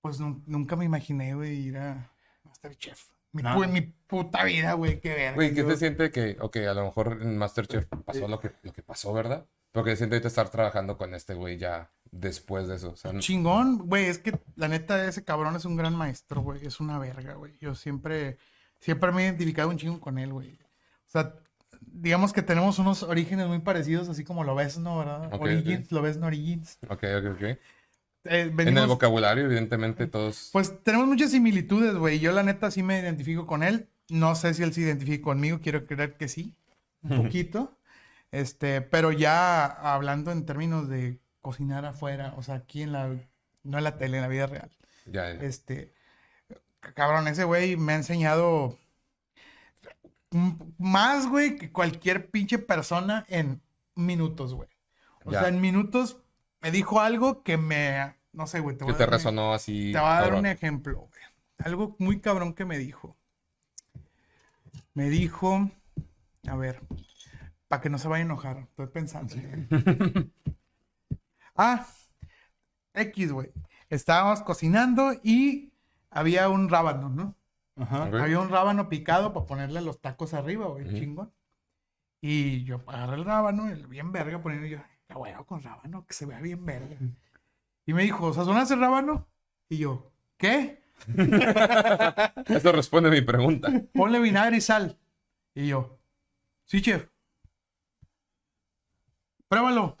pues nun- nunca me imaginé, güey, ir a Masterchef. Mi, No. pu- mi puta vida, güey. Qué verga. Güey, ¿qué yo- se siente que, ok, a lo mejor en Masterchef pasó lo que, lo que pasó, ¿verdad? Pero que se siente ahorita estar trabajando con este güey ya después de eso. O sea, no- Chingón, güey. Es que la neta ese cabrón es un gran maestro, güey. Es una verga, güey. Yo siempre, siempre me he identificado un chingo con él, güey. O sea, digamos que tenemos unos orígenes muy parecidos, así como lo ves, ¿no? ¿Verdad? Ok, Origins, lo ves, no Origins. ok, ok, ok. Eh, En el venimos- vocabulario, evidentemente, todos. Pues tenemos muchas similitudes, güey. Yo la neta sí me identifico con él. No sé si él se identifica conmigo, quiero creer que sí, un poquito. Este, pero ya hablando en términos de cocinar afuera, o sea, aquí en la, no en la tele, en la vida real. Ya, ya. Este, cabrón, ese güey me ha enseñado m- más, güey, que cualquier pinche persona en minutos, güey. O Ya. sea, en minutos me dijo algo que me, no sé, güey, te voy que a te dar un- resonó así. te voy a dar cabrón. un ejemplo, güey. Algo muy cabrón que me dijo. Me dijo, a ver, para que no se vaya a enojar, estoy pensando. ah, X, güey. Estábamos cocinando y había un rábano, ¿no? Ajá. Ok. Había un rábano picado para ponerle los tacos arriba, güey, ¿Eh? Ujú. chingón. Y yo agarré el rábano, el bien verga, poniendo yo, qué huevo con rábano, que se vea bien verga. Y me dijo, ¿sazonas el rábano? Y yo, ¿qué? Esto responde a mi pregunta. Ponle vinagre y sal. Y yo, sí, chef. Pruébalo.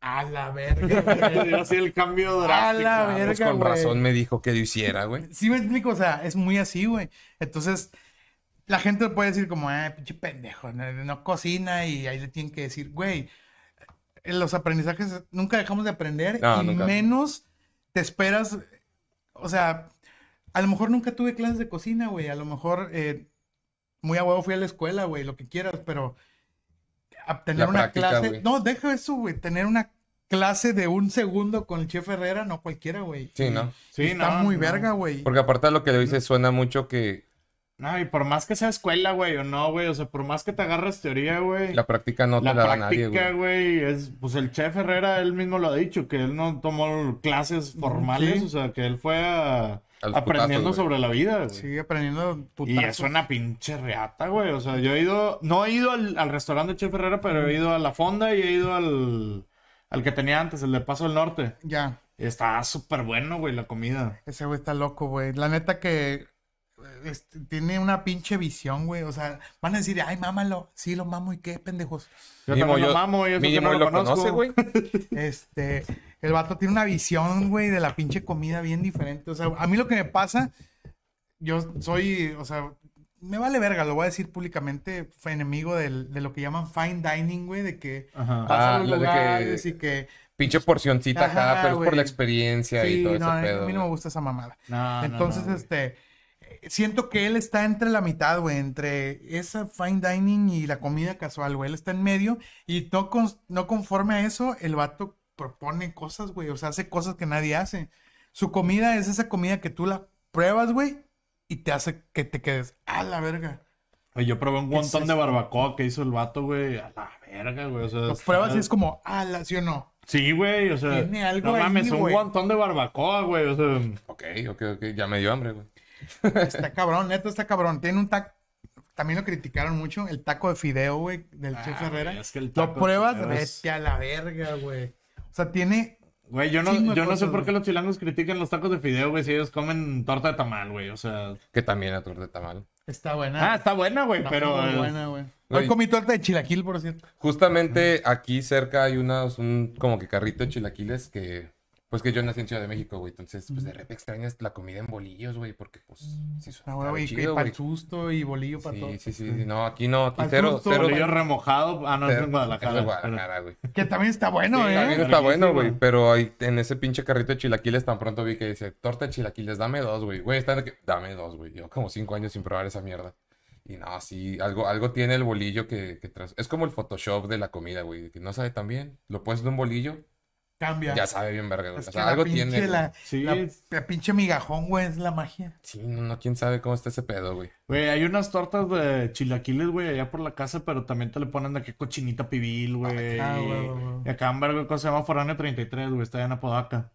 A la verga. Te güey. dio así el cambio A drástico. la Ah, pues verga, con güey. razón me dijo que lo hiciera, güey. Sí me explico, o sea, es muy así, güey. Entonces, la gente puede decir como, ah, pinche pendejo, no, no cocina y ahí le tienen que decir, güey, en los aprendizajes nunca dejamos de aprender No, y nunca. menos te esperas, o sea, a lo mejor nunca tuve clases de cocina, güey, a lo mejor eh, muy a huevo fui a la escuela, güey, lo que quieras, pero a tener La una práctica, clase, güey. no, deja eso, güey, tener una clase de un segundo con el chef Herrera, no cualquiera, güey. Sí, ¿no? Sí, Está no, muy no. verga, güey. Porque aparte de lo que le dices, suena mucho que No, y por más que sea escuela, güey, o no, güey, o sea, por más que te agarres teoría, güey, la práctica no te la la, da nadie, práctica, güey. güey, es, pues el chef Herrera, él mismo lo ha dicho, que él no tomó clases formales, Mm, sí. o sea, que él fue a- A los aprendiendo putazos, güey. sobre la vida, güey. Sigue aprendiendo Y putazos. es una pinche reata, güey. O sea, yo he ido, no he ido al, al restaurante de Chef Herrera, pero he ido a la fonda y he ido al, al que tenía antes, el de Paso del Norte. Ya, Está súper bueno, güey, la comida. ese güey está loco, güey. La neta que eh, este, tiene una pinche visión, güey. O sea, van a decir, ay, mámalo. Sí, lo mamo y qué, pendejos. Yo Mínimo también yo- lo mamo y eso que mínimo no él lo, lo conozco. conoce, güey. Este, el vato tiene una visión, güey, de la pinche comida bien diferente. O sea, a mí lo que me pasa, yo soy, o sea, me vale verga, lo voy a decir públicamente, fue enemigo del- de lo que llaman fine dining, güey, de que Ajá. vas a Ah, los lo de que- lugares y que... Pinche porcioncita acá, Ajá, pero es por güey. la experiencia y Sí, todo ese no, a pedo. mí no me güey. gusta esa mamada. Ah, No, no, Entonces, no, güey. este, eh, siento que él está entre la mitad, güey, entre esa fine dining y la comida casual, güey. Él está en medio y no, cons- no conforme a eso, el vato propone cosas, güey. O sea, hace cosas que nadie hace. Su comida es esa comida que tú la pruebas, güey, y te hace que te quedes a la verga. Oye, yo probé un ¿Qué es montón de esto? barbacoa que hizo el vato, güey. A la verga, güey. O sea, Lo está- pruebas y es como, a la, sí o no. Sí, güey, o sea. Tiene algo no ahí, mames, un güey. montón de barbacoa, güey. O sea, Ok, ok, ok. Ya me dio hambre, güey. Está cabrón, neta, está cabrón. Tiene un taco. También lo criticaron mucho, el taco de fideo, güey, del Ah, Chef Herrera. güey, es que el Lo taco de pruebas, fideo es- vete a la verga, güey. O sea, tiene. güey, yo no, Chingo de yo no sé cosas, por qué güey. los chilangos critican los tacos de fideo, güey, si ellos comen torta de tamal, güey. O sea. Que también la torta de tamal. Está Ah, buena. está buena, güey, Está pero. muy buena, güey. Güey. Hoy comí torta de chilaquil, por cierto. Justamente aquí cerca hay unas, un como que carrito de chilaquiles que, pues que yo nací en Ciudad de México, güey. Entonces, pues de repente extrañas la comida en bolillos, güey, porque pues sí Ah, suena güey, muy y- y chido, para güey. el susto y bolillo para todo. Sí, sí, sí, sí, no, aquí no, aquí Pa'l cero, susto, cero, bolillo cero, remojado. Ah, no, es en es Guadalajara. en Guadalajara, güey. Que también está bueno, Sí, ¿eh? También Verguísima. está bueno, güey, pero ahí en ese pinche carrito de chilaquiles tan pronto vi que dice, torta de chilaquiles, dame dos, güey. Güey, están de que, dame dos, güey. Yo como cinco años sin probar esa mierda. Y no, sí, algo, algo tiene el bolillo que, que tras- Es como el Photoshop de la comida, güey, de que no sabe tan bien. Lo pones en un bolillo Cambia. Ya sabe bien verga, güey. Es O que sea, la algo pinche, tiene. güey. La, Sí, la- es- la pinche migajón, güey, es la magia. Sí, no, no, quién sabe cómo está ese pedo, güey. Güey, hay unas tortas de chilaquiles, güey, allá por la casa, pero también te le ponen de qué cochinita pibil, güey. Ah, güey, güey, güey. Y acá en Verga, cosa se llama Foráneo 33, güey, está allá en Apodaca.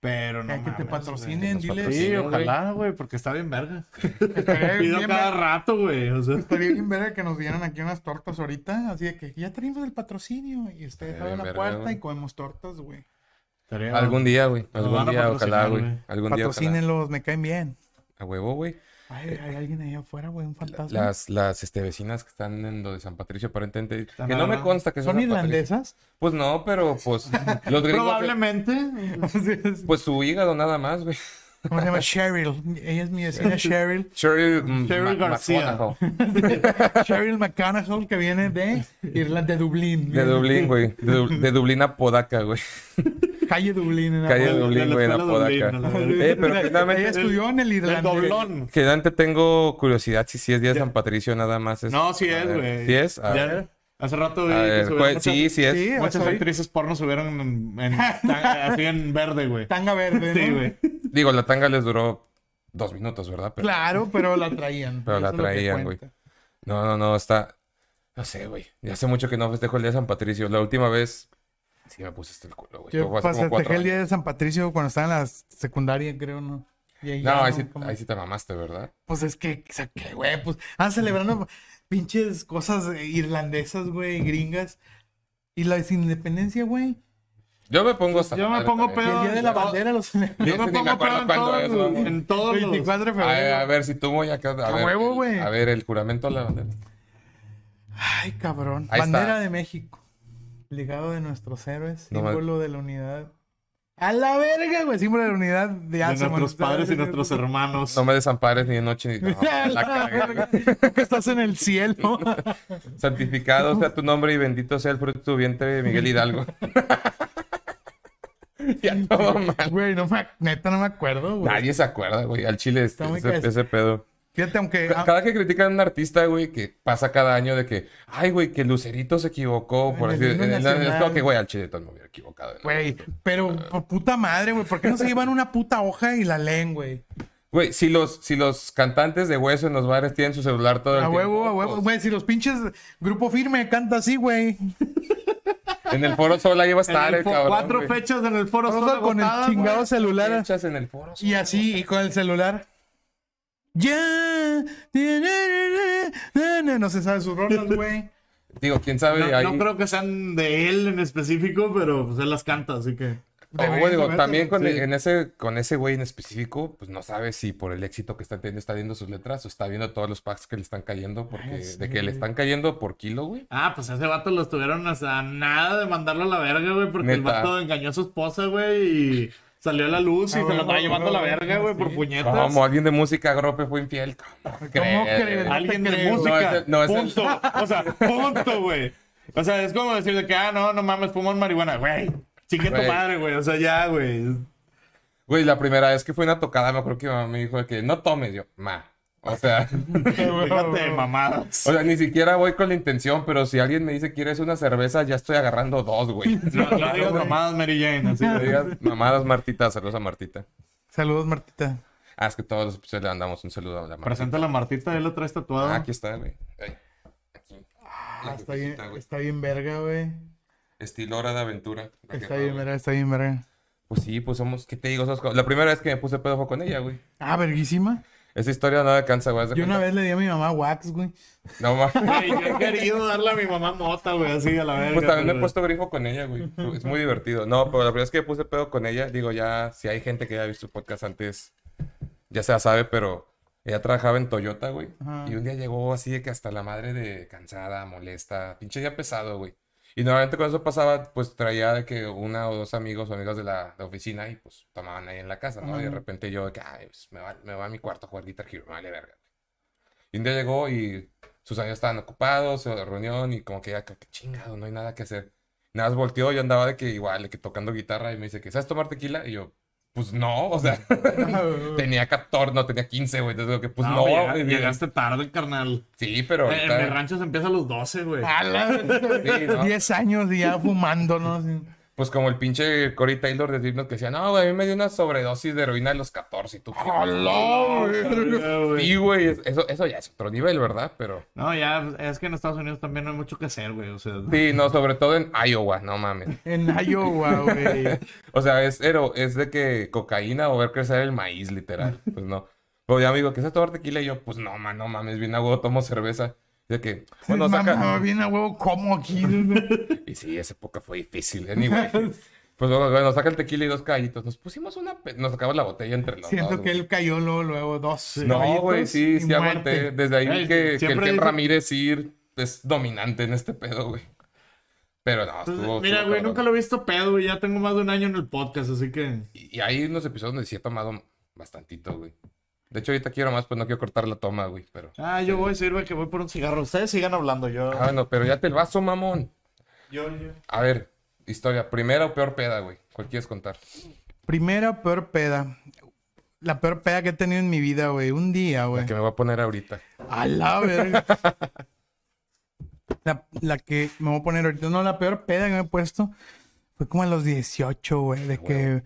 Pero no Eh, que te mames, patrocinen, nos dile. güey. Sí, patrocinen, ojalá, güey, porque está bien verga. Estaría Pido bien cada ver- rato, güey, o sea. estaría bien verga que nos dieran aquí unas tortas ahorita. Así de que ya tenemos el patrocinio. Y Estaría usted abre bien la verga, puerta güey. y comemos tortas, güey. Estaría- Algún día, güey. Nos Algún van a día, ojalá, patrocinar, güey. güey. Algún día, ojalá. Patrocínenlos, me caen bien. A huevo, güey. Ay, hay alguien ahí afuera, güey, un fantasma. Las, las este, vecinas que están en lo de San Patricio, aparentemente. Están Que no me hablando. consta que son, ¿Son San Patricio. irlandesas? Pues no, pero pues. Los gringos. Probablemente. Pues su hígado nada más, güey. ¿Cómo se llama? Cheryl. Ella es mi vecina Cheryl. Cheryl, mm, Cheryl Ma- García. McConaughey, Cheryl McConaughey, que viene de Irlanda, de Dublín. De Dublín, güey. De, Du- de Dublín a Podaca, güey. Calle Dublín. En Calle Ah, de Apodaca. Dublín, la güey, en escuela Dublín, Apodaca. a la verga. Eh, pero finalmente. Ella estudió en el El Irlanda. doblón. Generalmente tengo curiosidad si sí es día de San Patricio nada más. es- No, sí a es, ver, güey. Sí es. A Ya, ver, Hace rato, a güey, que ver, subieron jue- muchas- sí, sí es. Sí, Muchas vas a ver. actrices porno subieron en, en- tan- así en verde, güey. Tanga verde, ¿no? Sí, güey. Digo, la tanga les duró dos minutos, ¿verdad? Pero- Claro, pero la traían. Pero la Eso es lo que traían, güey. cuenta. No, no, no, está. No sé, güey. Ya hace mucho que no festejo el día de San Patricio. La última vez. Sí, me puse hasta el culo, güey. Fue Yo hace como pasé cuatro el años. día de San Patricio cuando estaba en la secundaria, creo, ¿no? Y ahí No, ya, ahí sí, Como- ahí sí te mamaste, ¿verdad? Pues es que, o sea, que, güey, pues ah, celebrando pinches cosas eh, irlandesas, güey, gringas. Y la independencia, güey. Yo me pongo hasta. Yo la me madre pongo Y también. el pedo. día de la bandera los celebran Yo me Ese ni me pongo acuerdo pedo en cuándo es, todos, güey. en todos el los... 24 de A ver, febrero. a ver, si tú voy acá. A, A ver, huevo, el- güey. A ver, el juramento a la bandera. Ay, cabrón. Ahí está. bandera de México. Ligado de nuestros héroes. No me- símbolo de la unidad. A la verga, güey. Símbolo de la unidad de, De Asia, nuestros mano. padres y nuestros hermanos. No me desampares ni de noche ni de no, A Ah, la la cagué, güey. verga. Tú que estás en el cielo. Santificado sea tu nombre y bendito sea el fruto de tu vientre, Miguel Hidalgo. ya todo mal. Güey, no me, neta no me acuerdo, güey. Nadie se acuerda, güey. Al chile este- Está muy Eh, ah. ese, cas- ese pedo. Fíjate, aunque. Ca- Cada que critican a un artista, güey, que pasa cada año de que, ay, güey, que Lucerito se equivocó, Ay, por en así el himno en el- Es nacional. como que, güey, al chiletón me hubiera equivocado. ¿no? Güey, pero por puta madre, güey. ¿Por qué no se llevan una puta hoja y la leen, güey? Güey, si los, si los cantantes de hueso en los bares tienen su celular todo el A tiempo. huevo, a huevo. pues, Güey, si los pinches grupo firme canta así, güey. En el foro sola lleva a En estar el el fo- cabrón. cuatro güey. fechas en el foro Todo Sol con agotadas, el chingado güey. celular. Fechas en el foro Sol. Y así, y con el celular. Ya. No se sabe sus rolas, güey. Digo, quién sabe. No, ahí- no creo que sean de él en específico, pero pues él las canta, así que. O, Deberías bueno, Oh, digo, sabértelo, también con, sí. en ese, con ese güey en específico, pues no sabe si por el éxito que está teniendo está viendo sus letras o está viendo todos los packs que le están cayendo, porque sí, de que le están cayendo por kilo, güey. Ah, pues ese vato lo estuvieron hasta nada de mandarlo a la verga, güey, porque el Neta. vato engañó a su esposa, güey, y salió a la luz y Ah, se lo bueno, estaba llevando a la bueno, verga, güey, por sí. puñetas. Como alguien de música grope fue infiel. ¿Cómo crees? crees? Alguien No te de creo. música. No, es el- no, es el- punto. O sea, punto, güey. O sea, es como decir de que, ah, no, no mames, fuman marihuana, güey. Chique tu Güey. madre, güey. O sea, ya, güey. Güey, la primera vez que fue una tocada, me acuerdo que mi mamá me dijo que no tomes, yo, ma. O sea, Fíjate, de mamadas. o sea, ni siquiera voy con la intención, pero si alguien me dice quieres una cerveza, ya estoy agarrando dos, güey. No, no digas mamadas, Mary Jane. Así, No güey. digas Mamadas Martita, saludos a Martita. Saludos, Martita. Ah, es que todos los episodios le mandamos un saludo a la Martita. Presenta a la Martita, él lo traes tatuado. Ah, aquí está, güey. Ahí. Aquí. La está, bien, jefecita, Ah, güey. está bien verga, güey. Estilo hora de aventura. La Está jefa, bien güey. verga, está bien verga. Pues sí, pues somos, ¿qué te digo? Somos co- La primera vez que me puse pedo fue con ella, güey. Ah, verguísima. Esa historia no alcanza, güey. haz de Yo una cuenta. vez le di a mi mamá wax, güey. No mames. Güey, yo he querido darle a mi mamá mota, güey, así a la verga. Pues también me pero- he puesto grifo con ella, güey. Es muy divertido. No, pero la primera vez que me puse pedo con ella, digo, ya, si hay gente que haya visto el podcast antes, ya se la sabe, pero ella trabajaba en Toyota, güey. Ajá. Y un día llegó así de que hasta la madre de cansada, molesta, pinche día pesado, güey. Y normalmente cuando eso pasaba, pues traía de que una o dos amigos o amigas de la de oficina y pues tomaban ahí en la casa, ¿no? Y de Ajá. repente yo de que, ay, pues me va, me va a mi cuarto a jugar Guitar Hero, me vale verga. Y un día llegó y sus amigos estaban ocupados, se reunión y como que ya, que chingado, no hay nada que hacer. Nada más volteó, yo andaba de que igual, de que tocando guitarra y me dice que, ¿sabes tomar tequila? Y yo, pues no, o sea, tenía 14, no, tenía 15, güey, entonces digo que pues No, no. llega- güey, llegaste tarde, carnal. Sí, pero Eh, En ahorita- mi rancho se empieza a los 12, güey. Ah, A la Sí, ¿no? 10 años y ya fumándonos. Pues como el pinche Cory Taylor de Slipknot que decía, no, güey, a mí me dio una sobredosis de heroína a los 14 y tú... Verga, güey. Sí, güey, es- eso, eso ya es otro nivel, ¿verdad? Pero... No, ya, es que en Estados Unidos también no hay mucho que hacer, güey. O sea, Sí, no, sobre todo en Iowa, no mames. En Iowa, güey. O sea, es, ero- es de que cocaína o ver crecer el maíz, literal. Pues no. Pero ya me digo, ¿qué es tomar tequila? Y yo, pues no, man, no mames, bien a huevo tomo cerveza. Y de que, bueno, saca... Mamá, bien a huevo, como aquí? Y sí, esa época fue difícil, anyway. Pues bueno, bueno, saca el tequila y dos callitos. Nos pusimos una... pe- Nos sacamos la botella entre los dos. Siento que güey. él cayó luego, luego dos. No, rayitos güey, sí, y sí aguanté. muerte. Desde ahí vi Ey, que, que el siempre Ken dice- Ramírez ir es dominante en este pedo, güey. Pero no, Entonces, estuvo. mira, estuvo güey, cabrón. nunca lo he visto pedo, güey. Ya tengo más de un año en el podcast, así que. Y, y hay unos episodios donde sí he tomado bastantito, güey. De hecho, ahorita quiero más, pues no quiero cortar la toma, güey, pero. Ah, yo voy a decir, güey, que voy por un cigarro. Ustedes sigan hablando, yo. Ah, bueno, pero ya te el vaso, mamón. Yo, yo. A ver, historia, primera o peor peda, güey. ¿Cuál quieres contar? Primera peor peda. La peor peda que he tenido en mi vida, güey. Un día, güey. La que me voy a poner ahorita. A la verga. La, la que me voy a poner ahorita. No, la peor peda que me he puesto fue como a los 18, güey. De que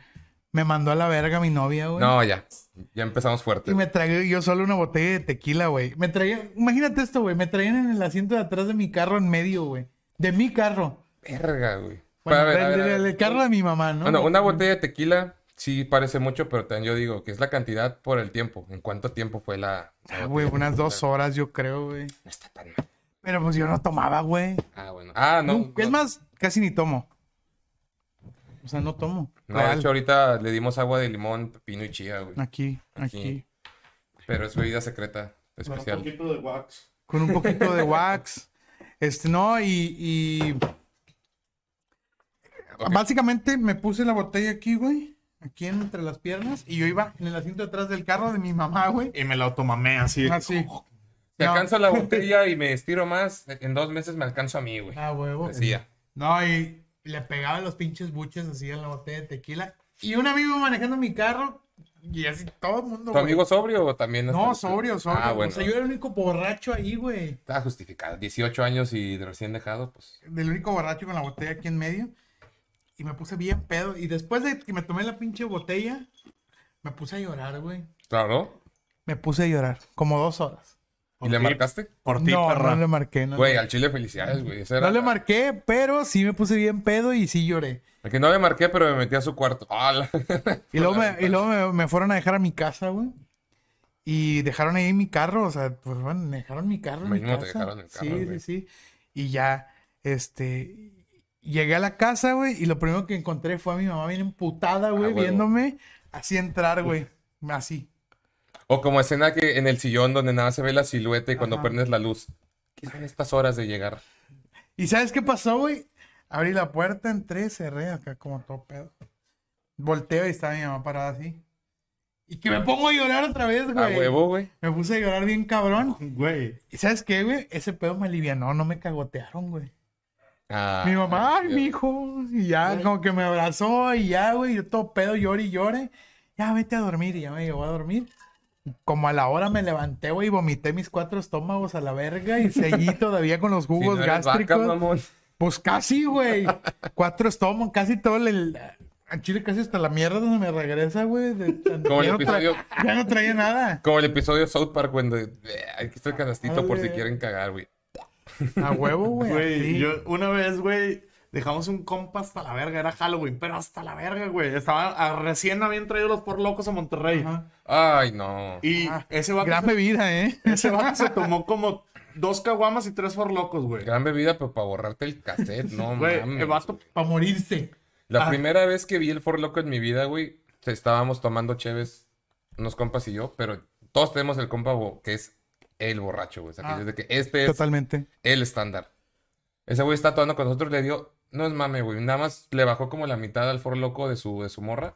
me mandó a la verga mi novia, güey. No, ya. Ya empezamos fuerte. Y me tragué yo solo una botella de tequila, güey. Me traía, imagínate esto, güey. Me traían en el asiento de atrás de mi carro en medio, güey. De mi carro. Verga, güey. Pues, Bueno, a ver, a del- ver, a del- ver. del carro de mi mamá, ¿no? Bueno, una botella de tequila sí parece mucho, pero también yo digo que es la cantidad por el tiempo. ¿En cuánto tiempo fue la...? la Ah, botella? güey, unas dos horas, yo creo, güey. No está tan mal. Pero pues yo no tomaba, güey. Ah, bueno. Ah, no. Nunca- Es no. más, casi ni tomo. O sea, no tomo. No, de Real. hecho, ahorita le dimos agua de limón, pepino y chía, güey. Aquí, Aquí. aquí. Pero es bebida secreta, especial. poquito de wax. Con un poquito de wax. Este, no, y. y- Ok. Básicamente me puse la botella aquí, güey. Aquí entre las piernas. Y yo iba en el asiento de atrás del carro de mi mamá, güey. Y me la automamé Eh, así. Así. Si No. alcanzo la botella y me estiro más, en dos meses me alcanzo a mí, güey. Ah, huevo. Decía. No, y le pegaba los pinches buches así a la botella de tequila. Y un amigo manejando mi carro Y así todo el mundo. ¿Tu güey. amigo sobrio o también? hasta No, los- sobrio, sobrio. Ah, O bueno. sea, yo era el único borracho ahí, güey. Está justificado. 18 años y de recién dejado, pues. Del único borracho con la botella aquí en medio. Y me puse bien pedo. Y después de que me tomé la pinche botella, me puse a llorar, güey. Claro. Me puse a llorar. Como dos horas. ¿Y le marcaste? Por ti, No, perra. no le marqué. No, Güey, le- al chile felicidades, güey. Esa era no le la- marqué, pero sí me puse bien pedo y sí lloré. la que no le marqué, pero me metí a su cuarto. Ah, la- Y luego, me, y luego me, me fueron a dejar a mi casa, güey. Y dejaron ahí mi carro, o sea, pues bueno, me dejaron mi carro. en mi Mínimo te casa. dejaron el carro, Sí, güey. sí, sí. Y ya, este, llegué a la casa, güey, y lo primero que encontré fue a mi mamá bien emputada, güey, huevo. viéndome así entrar, güey. Así. O como escena que en el sillón donde nada se ve la silueta y cuando Ajá. prendes la luz. ¿Qué son estas horas de llegar? ¿Y sabes qué pasó, güey? Abrí la puerta, entré, cerré acá como todo pedo. Volteo y estaba mi mamá parada así. Y que me pongo a llorar otra vez, Ah. A güey. huevo, güey. Me puse a llorar bien cabrón. Güey. ¿Y sabes qué, güey? Ese pedo me alivianó, no me cagotearon, güey. Ah, mi mamá, ay, Dios. mi hijo. Y ya, como que me abrazó y ya, güey, yo todo pedo llore y llore. Ya, vete a dormir. Y ya me llevó a dormir. Como a la hora me levanté, güey, y vomité mis cuatro estómagos a la verga y seguí todavía con los Si no jugos eres vaca, gástricos. mamón. pues casi, güey. cuatro estómagos, casi todo el- el... A Chile casi hasta la mierda donde me regresa, güey. de- Como el ya, no tra- episodio- ya no traía nada. Como el episodio de South Park, cuando eh, aquí está el canastito por si Dale. quieren cagar, güey. A huevo, güey. Güey, así. yo una vez, güey, dejamos un compa hasta la verga, era Halloween, pero hasta la verga, güey. Estaba, a- recién habían traído los por locos a Monterrey. Ajá. Ay, no. Y Ah, ese vato, Gran se, bebida, ¿eh? ese vato se tomó como dos caguamas y tres por locos, güey. Gran bebida, pero para borrarte el cassette, no Güey, mames. el vato, Para morirse. La Ah. primera vez que vi el For Loco en mi vida, güey, te- estábamos tomando cheves, unos compas y yo, pero todos tenemos el compa bo- que es el borracho, güey. O sea, que Ah. desde que este es Totalmente. el estándar. Ese güey está tomando con nosotros, le dio, no es mame, güey, nada más le bajó como la mitad al For Loco de su, de su morra.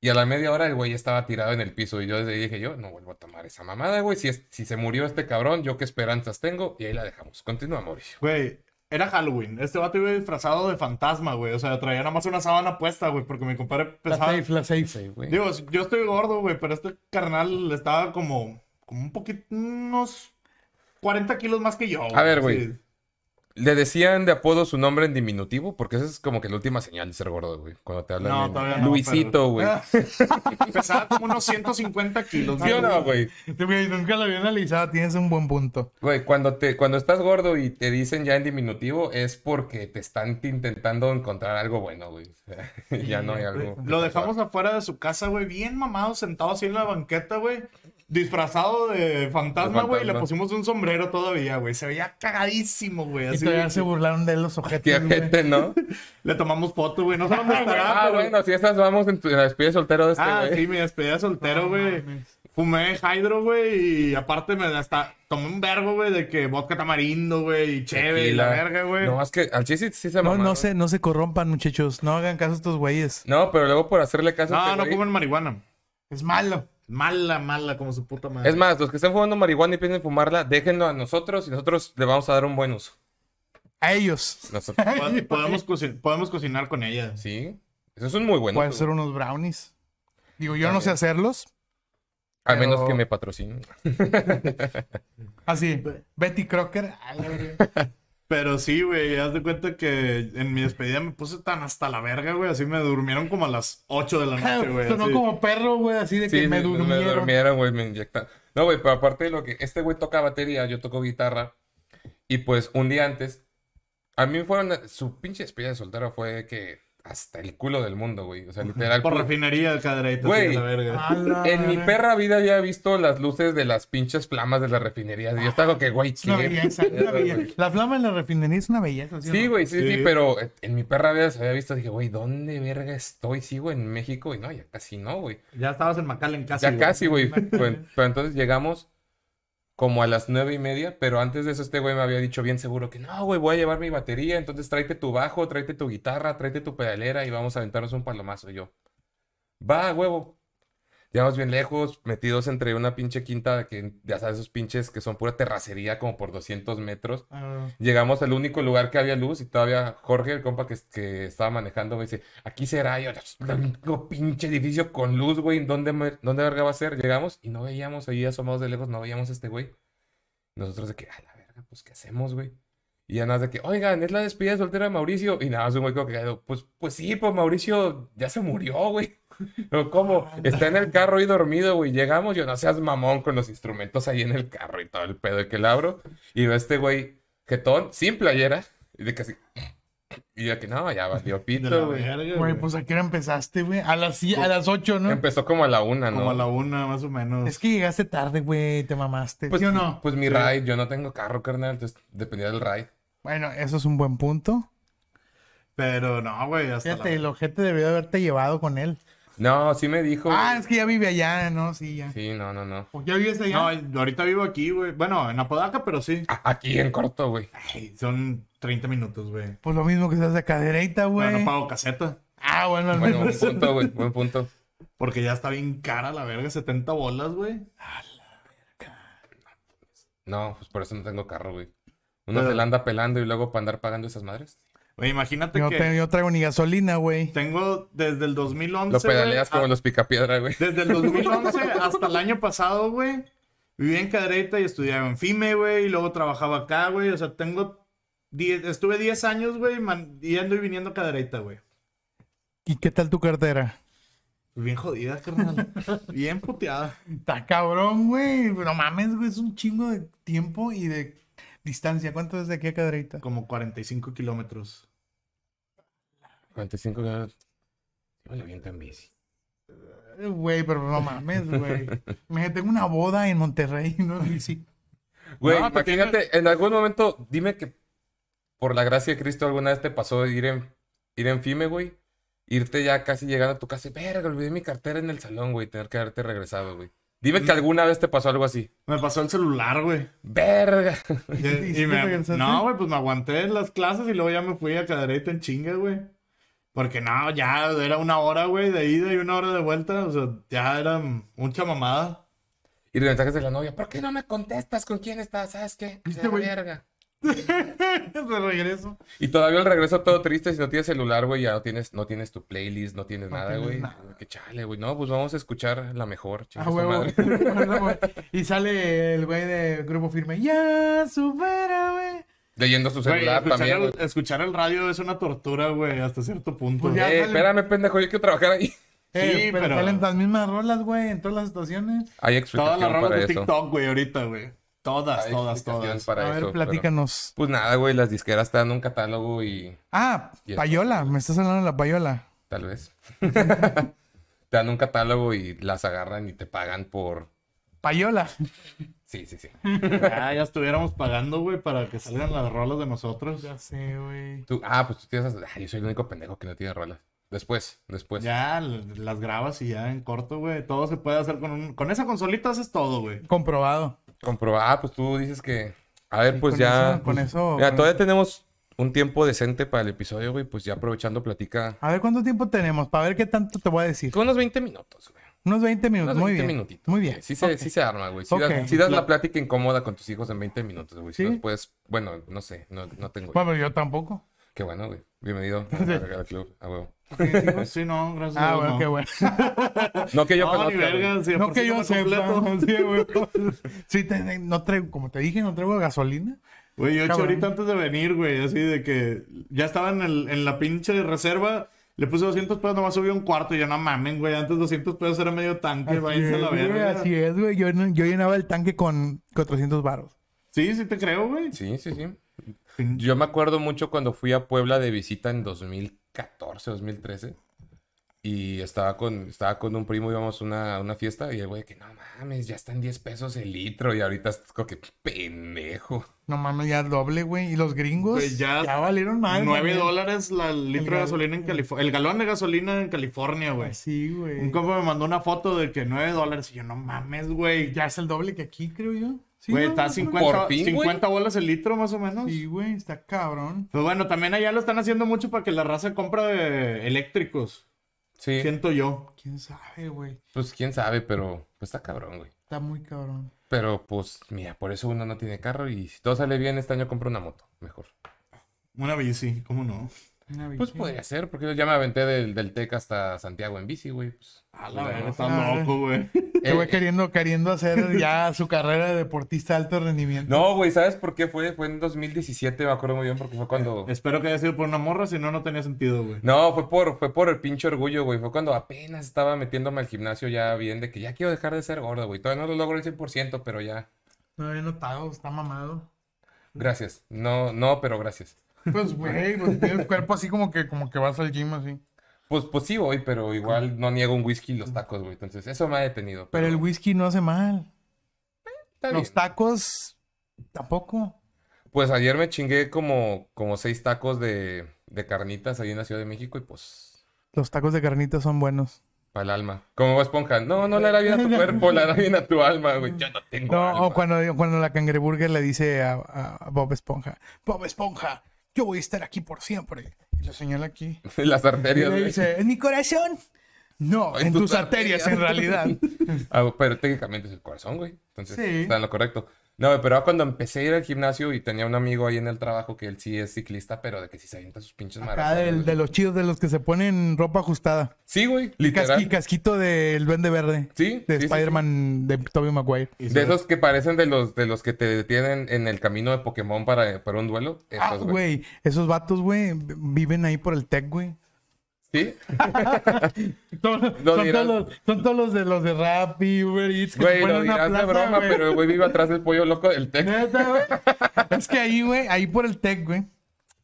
Y a la media hora el güey ya estaba tirado en el piso y yo desde ahí dije yo, no vuelvo a tomar esa mamada, güey. Si, es- si se murió este cabrón, yo qué esperanzas tengo. Y ahí la dejamos. Continúa, Mauricio. güey, era Halloween. Este vato iba disfrazado de fantasma, güey. O sea, traía nada más una sábana puesta, güey, porque mi compadre La pesaba. safe, la safe. Sí, güey. Digo, yo estoy gordo, güey, pero este carnal estaba como, como un poquito, unos 40 kilos más que yo. A ver, güey. Sí. ¿Le decían de apodo su nombre en diminutivo? Porque esa es como que la última señal de ser gordo, güey. Cuando te hablan No, en- todavía no, Luisito, pero- Ah, güey. Pesaba como unos 150 kilos. ¿Sí o no, güey? Este Güey, nunca lo había analizado, tienes un buen punto. Güey, cuando, te, cuando estás gordo y te dicen ya en diminutivo es porque te están t- intentando encontrar algo bueno, güey. O sea, ya no hay algo. Lo dejamos afuera de su casa, güey, bien mamado, sentado así en la banqueta, güey. Disfrazado de De fantasma, fantasma. güey, y le pusimos un sombrero todavía, güey. Se veía cagadísimo, güey. Y Así, todavía se burlaron de él los Qué objetos. gente, ¿no? Le tomamos foto, güey. No sé dónde estará, Ah, pero- bueno, si estas vamos en, tu- en la despedida de soltero de este, Ah, güey. sí, mi despedida de soltero, güey. Fumé hydro, güey, y aparte me hasta tomé un verbo, güey, de que vodka tamarindo, güey, y cheve, y la Tequila. verga, güey. No, es que al chiste sí se No, mamaron. no se, no se corrompan, muchachos. No hagan caso a estos güeyes. No, pero luego por hacerle caso a No, este no güey- comen marihuana. Es malo. Mala, mala, como su puta madre. Es más, los que estén fumando marihuana y piensen fumarla, déjenlo a nosotros y nosotros le vamos a dar un buen uso. A ellos. Nosotros. Po- podemos, coci- podemos cocinar con ella. Sí. Eso es un muy bueno. pues, Pueden ser unos brownies. Digo, yo no sé hacerlos. A menos pero- que me patrocinen. Así. Ah, Betty Crocker. Ah, ay, güey. Pero sí, güey, haz de cuenta que en mi despedida me puse tan hasta la verga, güey. Así me durmieron como a las 8 de la noche, güey. Ah, Sonó así. como perro, güey, así de que Sí, me durmieron. durmieron, güey, me inyectaron. No, güey, pero aparte de lo que este güey toca batería, yo toco guitarra. Y pues un día antes, a mí me fueron, su pinche despedida de soltero fue que hasta el culo del mundo, güey. O sea, literal. Por puro- refinería, cadereita, Güey. así, a la verga. A Ah, la En mi verga. perra vida ya he visto las luces de las pinches flamas de la refinería. Y yo estaba como que, güey, Es una ¿qué? belleza, es una belleza. La flama en la refinería es una belleza. ¿sí o Sí, no? güey, sí, sí, Sí. pero en mi perra vida se había visto, dije, güey, ¿dónde verga estoy? Sigo en México y no, ya casi no, güey. Ya estabas en McAllen casi. Ya güey. casi, güey. Pero, pero entonces llegamos como a las nueve y media, pero antes de eso este güey me había dicho bien seguro que no, güey, voy a llevar mi batería, entonces tráete tu bajo, tráete tu guitarra, tráete tu pedalera y vamos a aventarnos un palomazo. Y yo, va, huevo. Llegamos bien lejos, metidos entre una pinche quinta, que ya sabes, esos pinches que son pura terracería, como por 200 metros. Ah, Llegamos al único lugar que había luz y todavía Jorge, el compa que, que estaba manejando, me dice, aquí será, y yo, el único pinche edificio con luz, güey, ¿en ¿dónde, mer- dónde verga va a ser? Llegamos y no veíamos, ahí asomados de lejos, no veíamos a este güey. Nosotros de que, a la verga, pues, ¿qué hacemos, güey? Y ya nada de que, oigan, es la despedida soltera de Mauricio. Y nada, es un güey como que, pues, pues sí, pues Mauricio ya se murió, güey. Pero, ¿cómo? Está en el carro y dormido, güey. Llegamos, yo no seas mamón con los instrumentos ahí en el carro y todo el pedo y que le abro. Y veo a este güey, jetón, sin playera. Y de que así. Y yo que no, ya valió De la pito, güey. verga, Güey, güey. pues a qué hora empezaste, güey. A las, Pues, si- a las 8, ¿no? Empezó como a la una, ¿no? Como a la una, más o menos. Es que llegaste tarde, güey. Te mamaste. Pues, ¿Sí o no? Pues mi ride, yo no tengo carro, carnal. Entonces dependía del ride. Bueno, eso es un buen punto. Pero no, güey, hasta Fíjate, el la... ojete debió haberte llevado con él. No, sí me dijo. Ah, es que ya vive allá, ¿no? Sí, ya. Sí, no, no, no. ¿O ya vives allá? No, ahorita vivo aquí, güey. Bueno, en Apodaca, pero sí. A- Aquí en corto, güey. Ay, son 30 minutos, güey. Pues lo mismo que estás acá derecha, No, güey. no pago caseta. Ah, bueno, al Bueno, menos. buen punto, güey. Buen punto. Porque ya está bien cara la verga, 70 bolas, güey. No, pues por eso no tengo carro, güey. Uno Pero- se la anda pelando y luego para andar pagando esas madres. Güey, imagínate yo, que te- yo traigo ni gasolina, güey. tengo desde el 2011. Lo güey, pedaleas Ah. como a- los picapiedra, güey. Desde el 2011 hasta el año pasado, güey. Viví en Cadereyta y estudiaba en FIME, güey. Y luego trabajaba acá, güey. O sea, tengo. 10 estuve 10 años, güey, man- yendo y viniendo a Cadereyta, güey. ¿Y qué tal tu cartera? Bien jodida, carnal. Bien puteada. Está cabrón, güey. No mames, güey. Es un chingo de tiempo y de distancia. ¿Cuánto es de aquí a Cadereyta? Como 45 kilómetros. 45 grados. Yo lo viento en bici. Eh, Güey, pero no mames, güey. Me tengo una boda en Monterrey, ¿no? Y sí. Güey, No, pues imagínate, en algún momento, dime que por la gracia de Cristo alguna vez te pasó ir en, ir en FIME, güey. Irte ya casi llegando a tu casa y, verga, olvidé mi cartera en el salón, güey. Tener que haberte regresado, güey. Dime que alguna vez te pasó algo así. Me pasó el celular, güey. Verga. Y- ¿Y y sí te me- regresaste? no, güey, pues me aguanté en las clases y luego ya me fui a Cadereyta en chinga, güey. Porque no, ya era una hora, güey, de ida y una hora de vuelta. O sea, ya era mucha mamada. Y los mensajes de la novia, ¿por qué no me contestas? ¿Con quién estás? ¿Sabes qué? Este Se la güey. verga. De regreso. Y todavía el regreso todo triste, si no tienes celular, güey, ya no tienes, no tienes tu playlist, no tienes No nada, tienes güey. nada. Que chale, güey. No, pues vamos a escuchar la mejor, chinga Ah, su huevo. madre. y sale el güey de grupo firme. Ya, supera, güey. Leyendo su Güey, celular escuchar, también, el, güey. escuchar el radio es una tortura, güey, hasta cierto punto. Pues ya, Eh, sale- espérame, pendejo, yo quiero trabajar ahí. Eh, pero, pero- salen las mismas rolas, güey, en todas las situaciones. Hay Todas explicación las rolas para de eso. TikTok, güey, ahorita, güey. Todas, Hay todas, explicación todas. para a ver, eso, pero- platícanos. Pues nada, güey, las disqueras te dan un catálogo y Ah, Y es- payola. Me estás hablando de la payola. tal vez. te dan un catálogo y las agarran y te pagan por... Payola. Sí, sí, sí. Ya, ya estuviéramos pagando, güey, para que salgan las rolas de nosotros. Ya sé, güey. Tú- ah, pues tú tienes... ah, yo soy el único pendejo que no tiene rolas. Después, después. Ya l- las grabas y ya en corto, güey. Todo se puede hacer con un... Con esa consolita haces todo, güey. Comprobado. Comprobar, ah, pues tú dices que. A ver, Sí, pues con ya. eso- con pues, eso- Mira, con todavía eso. tenemos un tiempo decente para el episodio, güey. Pues ya aprovechando, platica. A ver cuánto tiempo tenemos, para ver qué tanto te voy a decir. Con unos 20 minutos, güey. Unos 20 minutos, Unos muy 20 bien. minutitos. Muy güey. bien. Sí se, sí se arma, güey. Si, Ok. das, sí das la plática incómoda con tus hijos en 20 minutos, güey. Si ¿Sí? los puedes. Bueno, no sé. No, no tengo. Bueno, pero yo tampoco. Qué bueno, güey. Bienvenido a la- al club. A huevo. Sí, no, gracias. a Ah, Dios, no. bueno, qué bueno. No que yo no, ni conozca, güey. verga, si de No por que sí yo me sepa. completo. Sí, güey. Sí, te- no traigo, como te dije, no traigo gasolina. Güey, yo eché Cabrón. ahorita antes de venir, güey, así de que ya estaba en, el- en la pinche reserva, le puse 200 pesos, nomás subí un cuarto y yo, no mamen, güey, antes 200 pesos era medio tanque, váyanse a la güey, verga. así es, güey. Yo, no- yo llenaba el tanque con 400 varos. Sí, sí te creo, güey. Sí, sí, sí. Yo me acuerdo mucho cuando fui a Puebla de visita en 2014, 2013. Y estaba con, estaba con un primo, íbamos a una, a una fiesta. Y el güey, que no mames, ya están 10 pesos el litro. Y ahorita es como que pendejo. No mames, ya doble, güey. Y los gringos Güey, ya- ya, valieron mal. 9 güey. dólares la el litro de gal- gasolina en California, el galón de gasolina en California, güey. Pues Sí, güey. Un compa me mandó una foto de que 9 dólares y yo, no mames, güey. Ya es el doble que aquí, creo yo. Sí, Güey, ¿no? está Yo creo- 50, Por fin, güey. 50 bolas el litro más o menos. Sí, güey, está cabrón. Pues bueno, también allá lo están haciendo mucho para que la raza compra de eh, eléctricos. Sí, Siento yo. ¿Quién sabe, güey? pues quién sabe, pero pues está cabrón, güey. Está muy cabrón. Pero pues, mira, por eso uno no tiene carro y si todo sale bien, este año compro una moto, mejor. Una bici, ¿cómo no? Una Pues bici. podría ser, porque yo ya me aventé del, del TEC hasta Santiago en bici, güey. Pues, A la verga, Está Ah, loco, güey. Este Eh, güey queriendo, queriendo hacer ya su carrera de deportista de alto rendimiento. No, güey, ¿sabes por qué fue? Fue en 2017, me acuerdo muy bien, porque fue cuando... Espero que haya sido por una morra, si no, no tenía sentido, güey. No, fue por, fue por el pinche orgullo, güey. Fue cuando apenas estaba metiéndome al gimnasio ya bien de que ya quiero dejar de ser gordo, güey. Todavía no lo logro el 100%, pero ya. No había notado, está mamado. Gracias. No, no, pero gracias. Pues, güey, pues tiene el cuerpo así como que, como que vas al gym así. Pues, pues sí voy, pero igual no niego un whisky y los tacos, güey. Entonces, eso me ha detenido. Pero el whisky no hace mal. está bien. Los tacos tampoco. Pues ayer me chingué como, como seis tacos de, de carnitas ahí en la Ciudad de México y pues, Los tacos de carnitas son buenos. para el alma. Como Bob esponja. No, no le hará bien a tu cuerpo, le hará bien a tu alma, güey. Yo no tengo No, o alma. cuando, cuando la cangreburger le dice a, a Bob Esponja, Bob Esponja, yo voy a estar aquí por siempre. Y lo señala aquí. Las Y arterias, le güey. dice, ¿en mi corazón? No, en, tus, arterias, en realidad. Ah, pero técnicamente es el corazón, güey. Entonces, Sí. está en lo correcto. No, güey, pero cuando empecé a ir al gimnasio y tenía un amigo ahí en el trabajo que él sí es ciclista, pero de que sí se avienta sus pinches Acá maratones, Ah, del- güey. de los chidos, de los que se ponen ropa ajustada. Sí, güey, Y literal. casquito del Duende Verde. Sí, sí, De sí, sí. Spider-Man de Tobey Maguire. Y De se- esos que parecen de los, de los que te detienen en el camino de Pokémon para, para un duelo. Esos, Ah, güey. Esos vatos, güey, viven ahí por el tech, güey. Sí, Son, Lo son dirás. todos los, son todos los de los de Rappi, Uber Eats. que se güey, ponen lo en una dirás de plaza, broma, güey. pero el güey vive atrás del pollo loco del Tec. Neta, güey. Es que ahí, güey, ahí por el Tec, güey.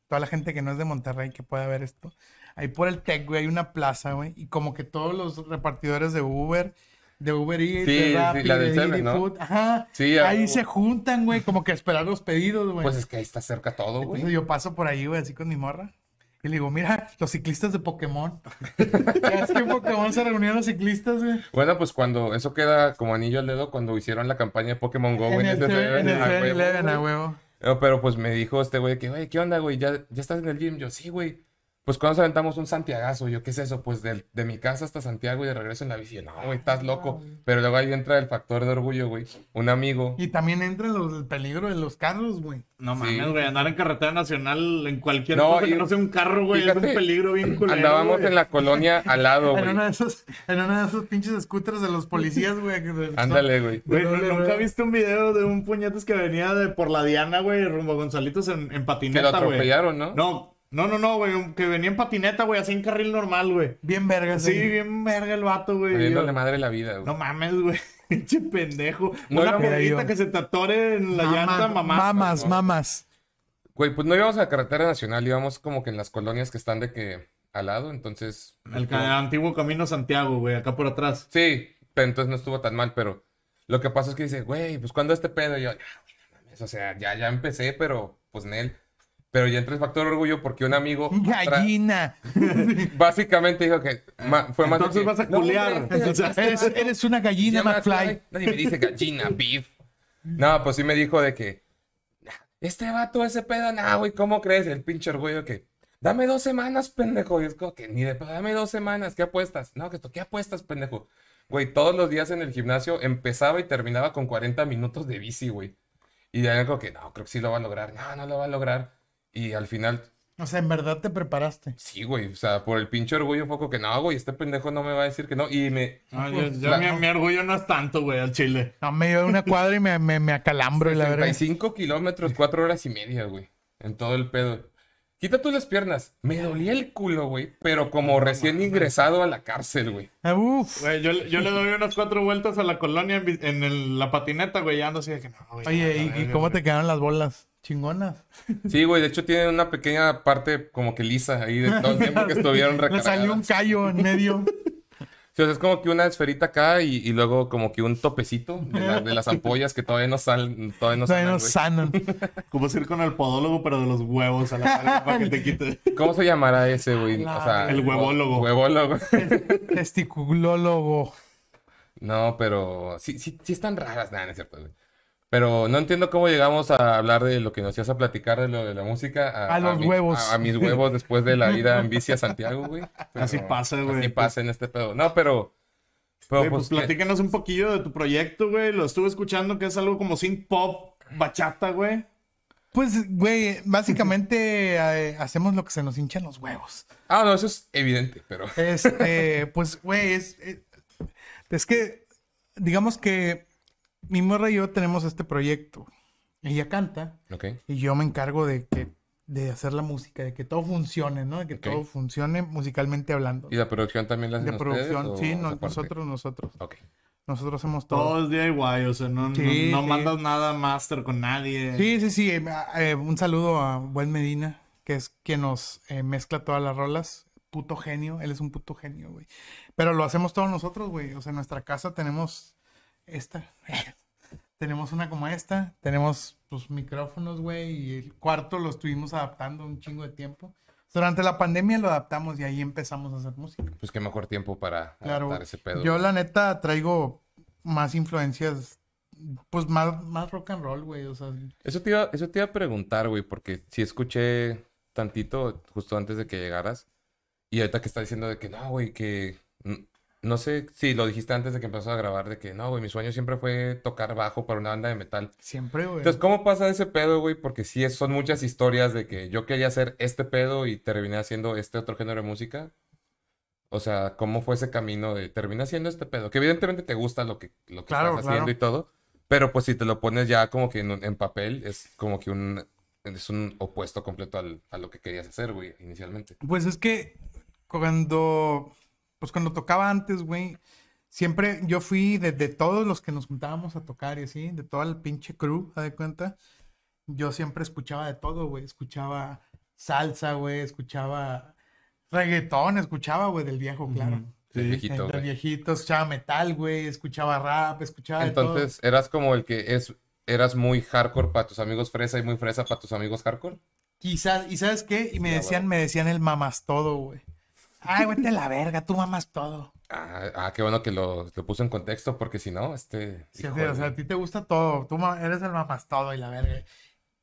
Toda la gente que no es de Monterrey que pueda ver esto. Ahí por el Tec, güey, hay una plaza, güey. Y como que todos los repartidores de Uber, de Uber Eats, Sí, sí, de Rappi, la del de Seven, Didi ¿no? Food, Ajá. Sí, a ahí huevo. se juntan, güey, como que a esperar los pedidos, güey. Pues es que ahí está cerca todo, güey. Entonces yo paso por ahí, güey, así con mi morra. Y le digo, mira, los ciclistas de Pokémon. Ya es que en Pokémon se reunían los ciclistas, güey. Bueno, pues cuando eso queda como anillo al dedo cuando hicieron la campaña de Pokémon Go, En güey. el ese se- 7-Eleven, ah, güey, güey. a huevo. No, pero pues me dijo este güey que, güey, ¿qué onda, güey? ¿Ya, ya estás en el gym? Yo, sí, güey. Pues cuando nos aventamos un santiagazo, yo, ¿qué es eso? Pues del- de, mi casa hasta Santiago y de regreso en la bici. Yo, No, güey, estás loco. Pero luego ahí entra el factor de orgullo, güey. Un amigo. Y también entra los- el peligro de los carros, güey. No Sí. mames, güey. Andar en carretera nacional en cualquier No, cosa y- que no sea un carro, güey. Es un fíjate, peligro bien culero. Andábamos güey. en la colonia al lado, En Oh, güey. uno, de esos, en uno de esos pinches scooters de los policías, güey. que son- Ándale, güey. Güey, No, ¿nu- no, nunca no. viste un video de un puñetes que venía de por la Diana, güey, rumbo a Gonzalitos en, en Que lo patineta, güey. atropellaron, ¿no? No, no, no, no, güey. un- Que venía en patineta, güey, así en carril normal, güey. Bien vergas. Sí, güey. bien verga el vato, güey. Valiéndole Yo- madre la vida, No güey. mames, güey. Pinche pendejo. No Una era- piedrita que se te atore en la Mamá- llanta, mamá. Mamas, ¿no? mamas. Güey, pues no íbamos a la carretera nacional, íbamos como que en las colonias que están de que al lado, entonces. El estuvo- ca- antiguo camino Santiago, güey, acá por atrás. Sí, pero entonces no estuvo tan mal, pero lo que pasa es que dice, güey, pues cuando este pedo, Y yo, "Ah, güey, no mames, o sea, ya, ya empecé, pero pues Nel. Pero ya entra el factor orgullo porque un amigo tra- Gallina. básicamente dijo que ma- fue más. de Entonces que, vas a "No, culear". hombre, este- O sea, este Eres, vato eres una se gallina, llama McFly. Fly". Nadie me dice gallina, beef. No, pues sí me dijo de que este vato, ese pedo, no, güey, ¿cómo crees? El pinche orgullo que. Dame dos semanas, pendejo. Y es como que ni de pedo, dame dos semanas, ¿qué apuestas? No, que esto, ¿qué apuestas, pendejo? Güey, todos los días en el gimnasio empezaba y terminaba con 40 minutos de bici, güey. Y ya era como que, no, creo que sí lo va a lograr. No, no lo va a lograr. Y al final, O sea, en verdad te preparaste. sí, güey. O sea, por el pinche orgullo fue como que, no, güey, este pendejo no me va a decir que no. Y me, No, yo, yo- la- Ah, mi, mi orgullo no es tanto, güey, al chile. A medio de una cuadra y me, me, me acalambro, y la verdad. 35 kilómetros, 4 horas y media, güey. En todo el pedo. Quita tú las piernas. Me dolía el culo, güey. Pero como recién ingresado a la cárcel, güey. Ah, Uf. Güey, yo, yo le doy unas cuatro vueltas a la colonia en, bi- en el- la patineta, güey, ya ando así de que no, güey. Oye, ya, la ¿y- ¿y verga, cómo güey. te quedaron las bolas? Chingonas. Sí, güey. De hecho, tiene una pequeña parte como que lisa ahí de todo el tiempo que estuvieron Le salió un recargadas. callo en medio. Sí, o sea, es como que una esferita acá y, y luego como que un topecito de, la- de las ampollas que todavía no salen. Todavía no Todavía salen, no sanan. Como ser con el podólogo, pero de los huevos a la verga, para que te quite. ¿Cómo se llamará ese, güey? O sea, El huevólogo. Huevólogo. Testiculólogo. No, pero sí, sí, sí están raras, nada, no es cierto, güey. Pero no entiendo cómo llegamos a hablar de lo que nos hacías a platicar de lo de la música. A, A los mis- huevos. A, a mis huevos después de la ida en bici a Santiago, güey. Pero Así pasa, güey. Así pasa en este pedo. No, pero. Pero Güey, pues. pues, que- platícanos un poquillo de tu proyecto, güey. Lo estuve escuchando que es algo como synth pop, bachata, güey. Pues, güey, básicamente eh, hacemos lo que se nos hinchan los huevos. Ah, no, eso es evidente, pero. Este, pues, güey, es, es, es que, digamos que mi morra y yo tenemos este proyecto. Ella canta Ok. y yo me encargo de que de hacer la música, de que todo funcione, ¿no? De que Ok. todo funcione musicalmente hablando. ¿Y la producción también la hacen De producción, ustedes, o sí, esa no- parte? nosotros, nosotros. Ok. Nosotros hacemos todo. Todo es DIY, o sea, no, no- Sí, no sí. mandas nada master con nadie. Sí, sí, sí. eh, eh, un saludo a Buen Medina, que es quien nos eh, mezcla todas las rolas. Puto genio, él es un puto genio, güey. Pero lo hacemos todos nosotros, güey. O sea, en nuestra casa tenemos esta. tenemos una como esta. Tenemos, pues, micrófonos, güey. Y el cuarto lo estuvimos adaptando un chingo de tiempo. Durante la pandemia lo adaptamos y ahí empezamos a hacer música. Pues qué mejor tiempo para Claro. adaptar ese pedo. Yo la neta traigo más influencias, pues más, más rock and roll, güey. O sea, Eso te iba, eso te iba a preguntar, güey, porque sí escuché tantito justo antes de que llegaras. Y ahorita que está diciendo de que no, güey, que. mm, No sé si lo dijiste antes de que empezó a grabar, de que no, güey, mi sueño siempre fue tocar bajo para una banda de metal. siempre, güey. Entonces, ¿cómo pasa ese pedo, güey? Porque sí, es- son muchas historias de que yo quería hacer este pedo y terminé haciendo este otro género de música. O sea, ¿cómo fue ese camino de terminé haciendo este pedo? Que evidentemente te gusta lo que, lo que Claro, estás haciendo claro. y todo. Pero pues si te lo pones ya como que en, un- en papel, es como que un, es un opuesto completo al- a lo que querías hacer, güey, inicialmente. Pues es que cuando, pues cuando tocaba antes, güey, siempre yo fui de, de todos los que nos juntábamos a tocar y así, de toda la pinche crew, haz de cuenta, yo siempre escuchaba de todo, güey, escuchaba salsa, güey, escuchaba reggaetón, escuchaba, güey, del viejo, claro. Ujú, de sí. viejito, Eh, Del güey. viejito, escuchaba metal, güey, escuchaba rap, escuchaba de todo. Entonces, ¿eras como el que es, eras muy hardcore para tus amigos fresa y muy fresa para tus amigos hardcore? Quizás, ¿y sabes qué? Y me Ya, decían, bueno. me decían el mamas todo, güey. Ay, güey, te la verga, tú mamas todo. Ah, ah, qué bueno que lo, lo puso en contexto, porque si no, este. Sí, o sea, híjole. o sea, a ti te gusta todo, tú ma- eres el mamás todo y la verga.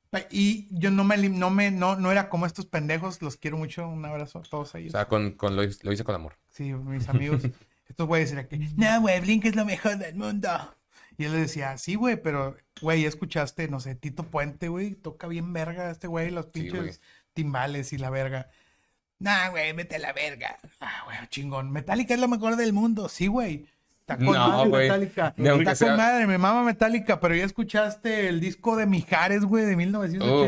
Pa- Y yo no me, lim- no me, no, no era como estos pendejos, los quiero mucho, un abrazo a todos O ellos. sea, con, con lo, hice- lo hice con amor. Sí, mis amigos, estos güeyes eran que, no, güey, Blink es lo mejor del mundo. Y él le decía, sí, güey, pero, güey, ya escuchaste, no sé, Tito Puente, güey, toca bien verga este güey, los Sí, güey. pinches timbales y la verga. Nah, güey, vete a la verga. Ah, güey, chingón. Metallica es lo mejor del mundo, sí, güey. Está con No, madre güey. Metallica. Ni aunque Está sea- con madre, mi mamá Metallica, pero ya escuchaste el disco de Mijares, güey, de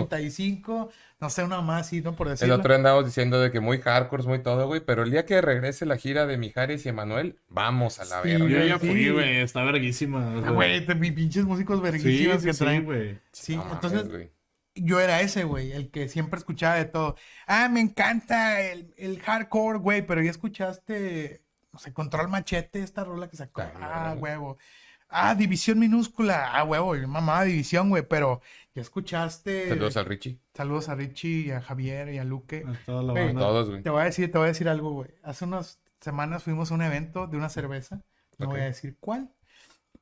1985. No sé, una más, sí, no por Oh. El decirlo. otro día andamos diciendo de que muy hardcore, muy todo, güey. Pero el día que regrese la gira de Mijares y Emanuel, vamos a la Sí, verga. Yo ya Sí. fui, güey. Está verguísima. o Ah, sea. Güey, te- mis pinches músicos Sí, verguísimos sí, que sí, traen. güey. Sí, No mames, entonces güey. yo era ese, güey, el que siempre escuchaba de todo. Ah, me encanta el, el hardcore, güey, pero ya escuchaste, no sé, Control Machete, esta rola que sacó. Ah, no, Ah, no. huevo. Ah, División Minúscula. Ah, huevo, yo mamá, División, güey, pero ya escuchaste. Saludos al Richie. Saludos a Richie y a Javier y a Luque. A toda la Güey, A banda. todos, güey. eh, Te voy a decir, te voy a decir algo, güey. Hace unas semanas fuimos a un evento de una cerveza. No Ok. voy a decir cuál.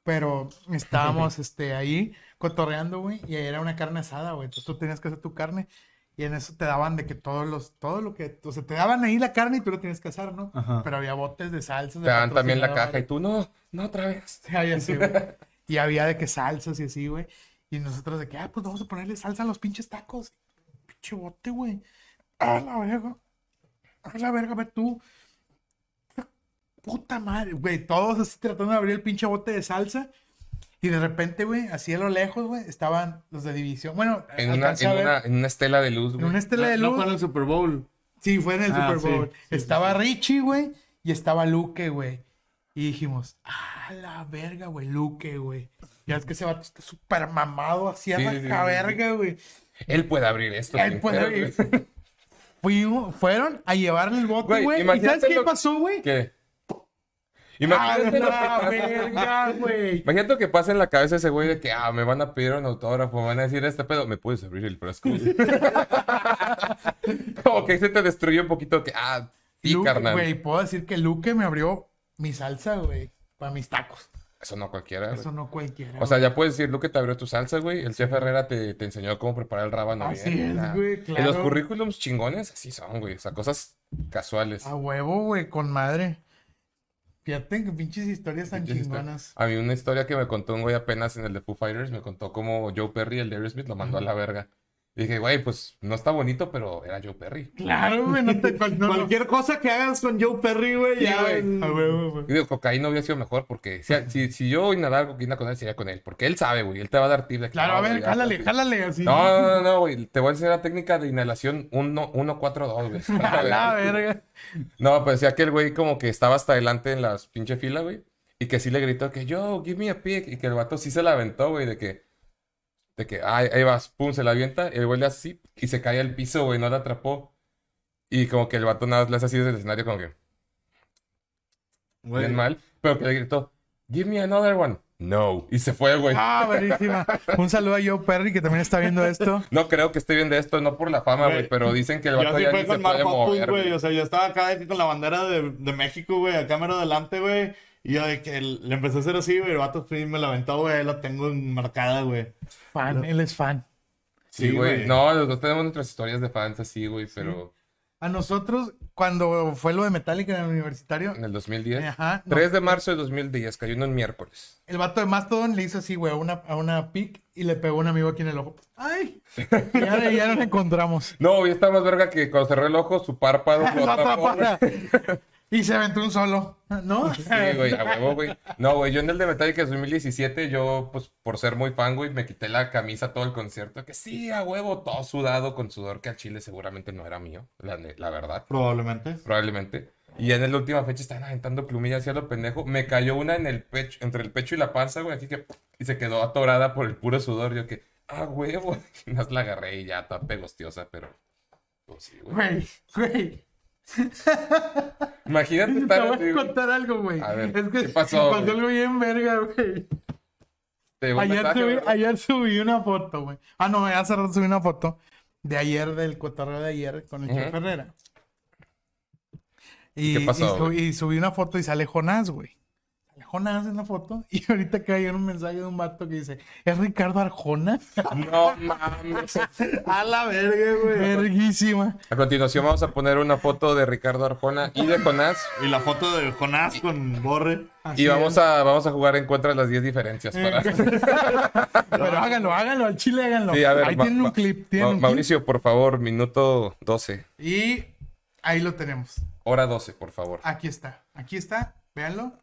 Pero estábamos este, ahí cotorreando, güey. Y era una carne asada, güey. Entonces tú tenías que hacer tu carne. Y en eso te daban de que todos los, todo lo que, o sea, te daban ahí la carne y tú lo tenías que asar, ¿no? Ajá. Pero había botes de salsas. Te de dan también la caja patrocinadores. y tú, no, no otra vez. Sí, había así, güey. Y había de que salsas y así, güey. Y nosotros de que, ah, pues vamos a ponerle salsa a los pinches tacos. Pinche bote, güey. A la verga. A la verga, ve tú. Puta madre, güey. Todos así tratando de abrir el pinche bote de salsa. Y de repente, güey, así a lo lejos, güey, estaban los de división. Bueno, En una, alcancé en, a ver una, en una estela de luz, en güey. una estela de No, no este luz. fue en el Super Bowl. Sí, fue en el Ah, Super Bowl. sí, sí, estaba sí, Richie, güey, y estaba Luque, güey. Y dijimos, ah, la verga, güey, Luque, güey. Ya es que ese vato está súper mamado, así a Sí, la sí, sí, verga, güey. Él puede abrir esto. Él sin puede pedo, abrir. güey. Fuimos- Fueron a llevarle el bote, Güey, güey. ¿Y imagínate sabes qué lo- pasó, güey? ¿Qué? Ah, ¡A Imagínate lo que la pasa. verga, güey! Imagínate lo que pasa en la cabeza de ese güey de que, ah, me van a pedir un autógrafo, me van a decir este pedo, ¿me puedes abrir el frasco? Como que ahí se te destruyó un poquito que, ah, sí, Luque, carnal. Güey, puedo decir que Luque me abrió mi salsa, güey, para mis tacos. Eso no cualquiera, güey. Eso no cualquiera. O sea, ya puedes decir, lo que te abrió tu salsa, güey. El chef Herrera te, te enseñó cómo preparar el rábano Así bien, es, la- güey, Y los claro. currículums chingones así son, güey. O sea, cosas casuales. A huevo, güey, con madre. fíjate que pinches historias tan Pinches historias. chingonas. A mí una historia que me contó un güey apenas en el de Foo Fighters, me contó cómo Joe Perry, el de Aerosmith, lo mandó a la verga. Y dije, güey, pues no está bonito, pero era Joe Perry. Claro, güey, no te. cual- no, no. Cualquier cosa que hagas con Joe Perry, güey, Sí, ya, güey. el- A huevo, pues. güey. Y digo, cocaína hubiera sido mejor porque si, si, si yo inhalara cocaína con él, sería con él. Porque él sabe, güey. Él te va a dar tips de que, Claro, no, a ver, güey, jálale, así. jálale, así. No, no, no, no, güey. Te voy a enseñar la técnica de inhalación 1-4-2, güey. A la verga. No, pues decía que el güey como que estaba hasta adelante en la pinche fila, güey. Y que sí le gritó que yo, give me a pick. Y que el vato sí se la aventó, güey, de que. De que, "Ay, ahí vas, pum, se la avienta. El güey le hace así y se cae al piso, güey, no la atrapó. Y como que el vato nada más le hace así desde el escenario, como que Güey, bien mal. Pero que le gritó, give me another one. No. Y se fue, güey. Ah, buenísima. Un saludo a Joe Perry que también está viendo esto. No creo que esté bien de esto, no por la fama, Güey, güey, pero dicen que el Yo vato así ya fue ni se con Mark puede Hoppus, mover, güey. güey. O sea, yo estaba acá de que con la bandera de, de México, güey, a cámara adelante, güey. Y yo de que le empecé a hacer así, güey. El vato sí me la aventó, güey. La tengo enmarcada, güey. Fan, él es fan. Sí, güey. No, los dos tenemos nuestras historias de fans así, güey, pero A nosotros, cuando fue lo de Metallica en el universitario, en el 2010. Ajá, no. 3 de marzo de 2010, cayó en un miércoles. el vato de Mastodon le hizo así, güey, a una, a una pic y le pegó un amigo aquí en el ojo. ¡Ay! Y ahora ya nos encontramos. No, y está más verga que cuando cerró el ojo, su párpado Lo lo atrapó. güey. atrapara. Y se aventó un solo. ¿No? Sí, güey, a huevo, güey. No, güey, yo en el de Metallica de 2017, yo, pues, por ser muy fan, güey, me quité la camisa todo el concierto. Que sí, a huevo, todo sudado, con sudor que al chile seguramente no era mío, la, ne- la verdad, Probablemente. probablemente. Y ya en la última fecha estaban aventando plumillas hacia lo pendejo. Me cayó una en el pecho, entre el pecho y la panza, güey, aquí que... Y se quedó atorada por el puro sudor. Yo que, ah, huevo. Y nada más la agarré y ya, toda pegostiosa, pero... Pues sí, güey. Güey, güey. Imagínate Te estar voy así, a güey. contar algo, güey. A ver, es que ¿qué pasó, pasó güey? algo bien verga, güey. Te llegó un Ayer mensaje, subí, ¿verdad? ayer subí una foto, güey. Ah, no, hace rato subí una foto de ayer, del cotorreo de ayer con el Ujú. Chef Herrera. ¿Y Y, qué pasó, y subí, güey? y subí una foto y sale Jonás, güey. Sale Jonás en la foto y ahorita cae un mensaje de un vato que dice, ¿es Ricardo Arjona? No mames. A la verga, güey. Verguísima. A continuación vamos a poner una foto de Ricardo Arjona y de Jonás. Y la foto de Jonás con Borre. Y vamos a, vamos a jugar en contra de las 10 diferencias. Eh, Para... Pero háganlo, háganlo, al chile háganlo. Sí, a ver, Ahí Ma- tienen un Ma- clip, Ma- tienen un clip. Mauricio, por favor, minuto 12. Y ahí lo tenemos. Hora 12, por favor. Aquí está, aquí está, véanlo.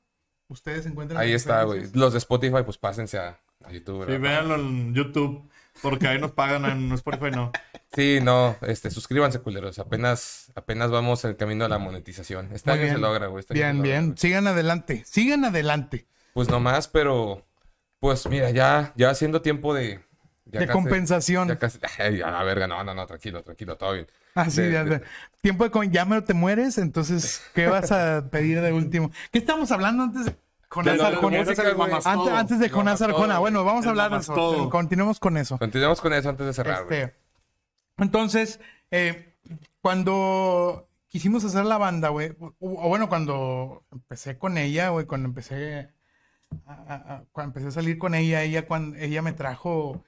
Ustedes encuentran. Ahí las está, güey. referencias. Los de Spotify, pues pásense a, a YouTube. Y ¿verdad? véanlo en YouTube. Porque ahí nos pagan en Spotify, no. Sí, no, este, suscríbanse, culeros. Apenas, apenas vamos el camino a la monetización. Este Muy año se bien. logra, güey. este año se Bien, logra, bien. güey. Sigan adelante, sigan adelante. Pues nomás, pero. Pues mira, ya, ya haciendo tiempo de. ya de casi- compensación. Ya casi. Ay, a la verga, no, no, no, tranquilo, tranquilo, todo bien. Así, de- ya, de- de- tiempo de con ya me te mueres, entonces, ¿qué vas a pedir de último? ¿Qué estamos hablando antes de Jonás lo de la Arjona? música, Antes- güey. Antes, antes de Lo Jonás mató, Arjona. güey. Bueno, vamos a El hablar de mamás eso. todo. Continuemos con eso. Continuamos con eso antes de cerrar, güey. Este, entonces, eh, cuando quisimos hacer la banda, güey, o, o bueno, cuando empecé con ella, güey, cuando empecé a, a- a- cuando empecé a salir con ella, ella, cuando, ella me trajo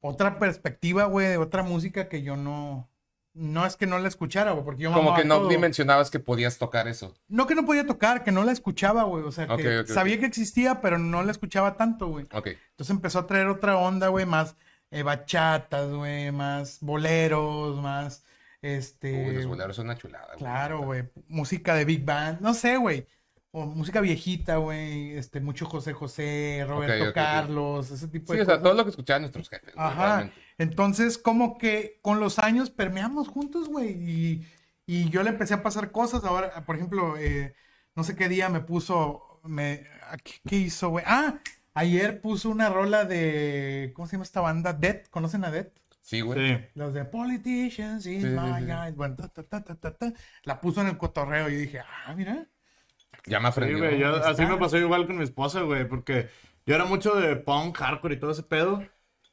otra perspectiva, güey, de otra música que yo no, no es que no la escuchara, güey, porque yo Como mamaba que no todo. dimensionabas que podías tocar eso. No que no podía tocar, que no la escuchaba, güey, o sea, que Ok, ok, ok. sabía que existía, pero no la escuchaba tanto, güey. Ok. Entonces empezó a traer otra onda, güey, más eh, bachatas, güey, más boleros, más este. Uy, los boleros son una chulada, güey. Claro, güey. Música de Big Band, no sé, güey. O música viejita, güey. Este, mucho José José, Roberto ok, ok. Carlos, ese tipo Sí, de o sea, cosas. todo lo que escuchaban nuestros jefes. güey, Pues, Ajá. realmente. Entonces, como que con los años permeamos juntos, güey. Y, y yo le empecé a pasar cosas. Ahora, por ejemplo, eh, no sé qué día me puso. Me, ¿a ¿qué, qué hizo, güey? Ah, ayer puso una rola de. ¿Cómo se llama esta banda? Dead. ¿Conocen a Dead? Sí, güey. Sí. Los de Politicians Sí, in sí, My sí, sí. Eyes. Bueno, ta, ta, ta, ta, ta, ta. La puso en el cotorreo. Y yo dije, ah, mira. Ya me Sí, aprendí. güey, yo- Ahí así está. me pasó igual con mi esposa, güey, porque yo era mucho de punk, hardcore y todo ese pedo,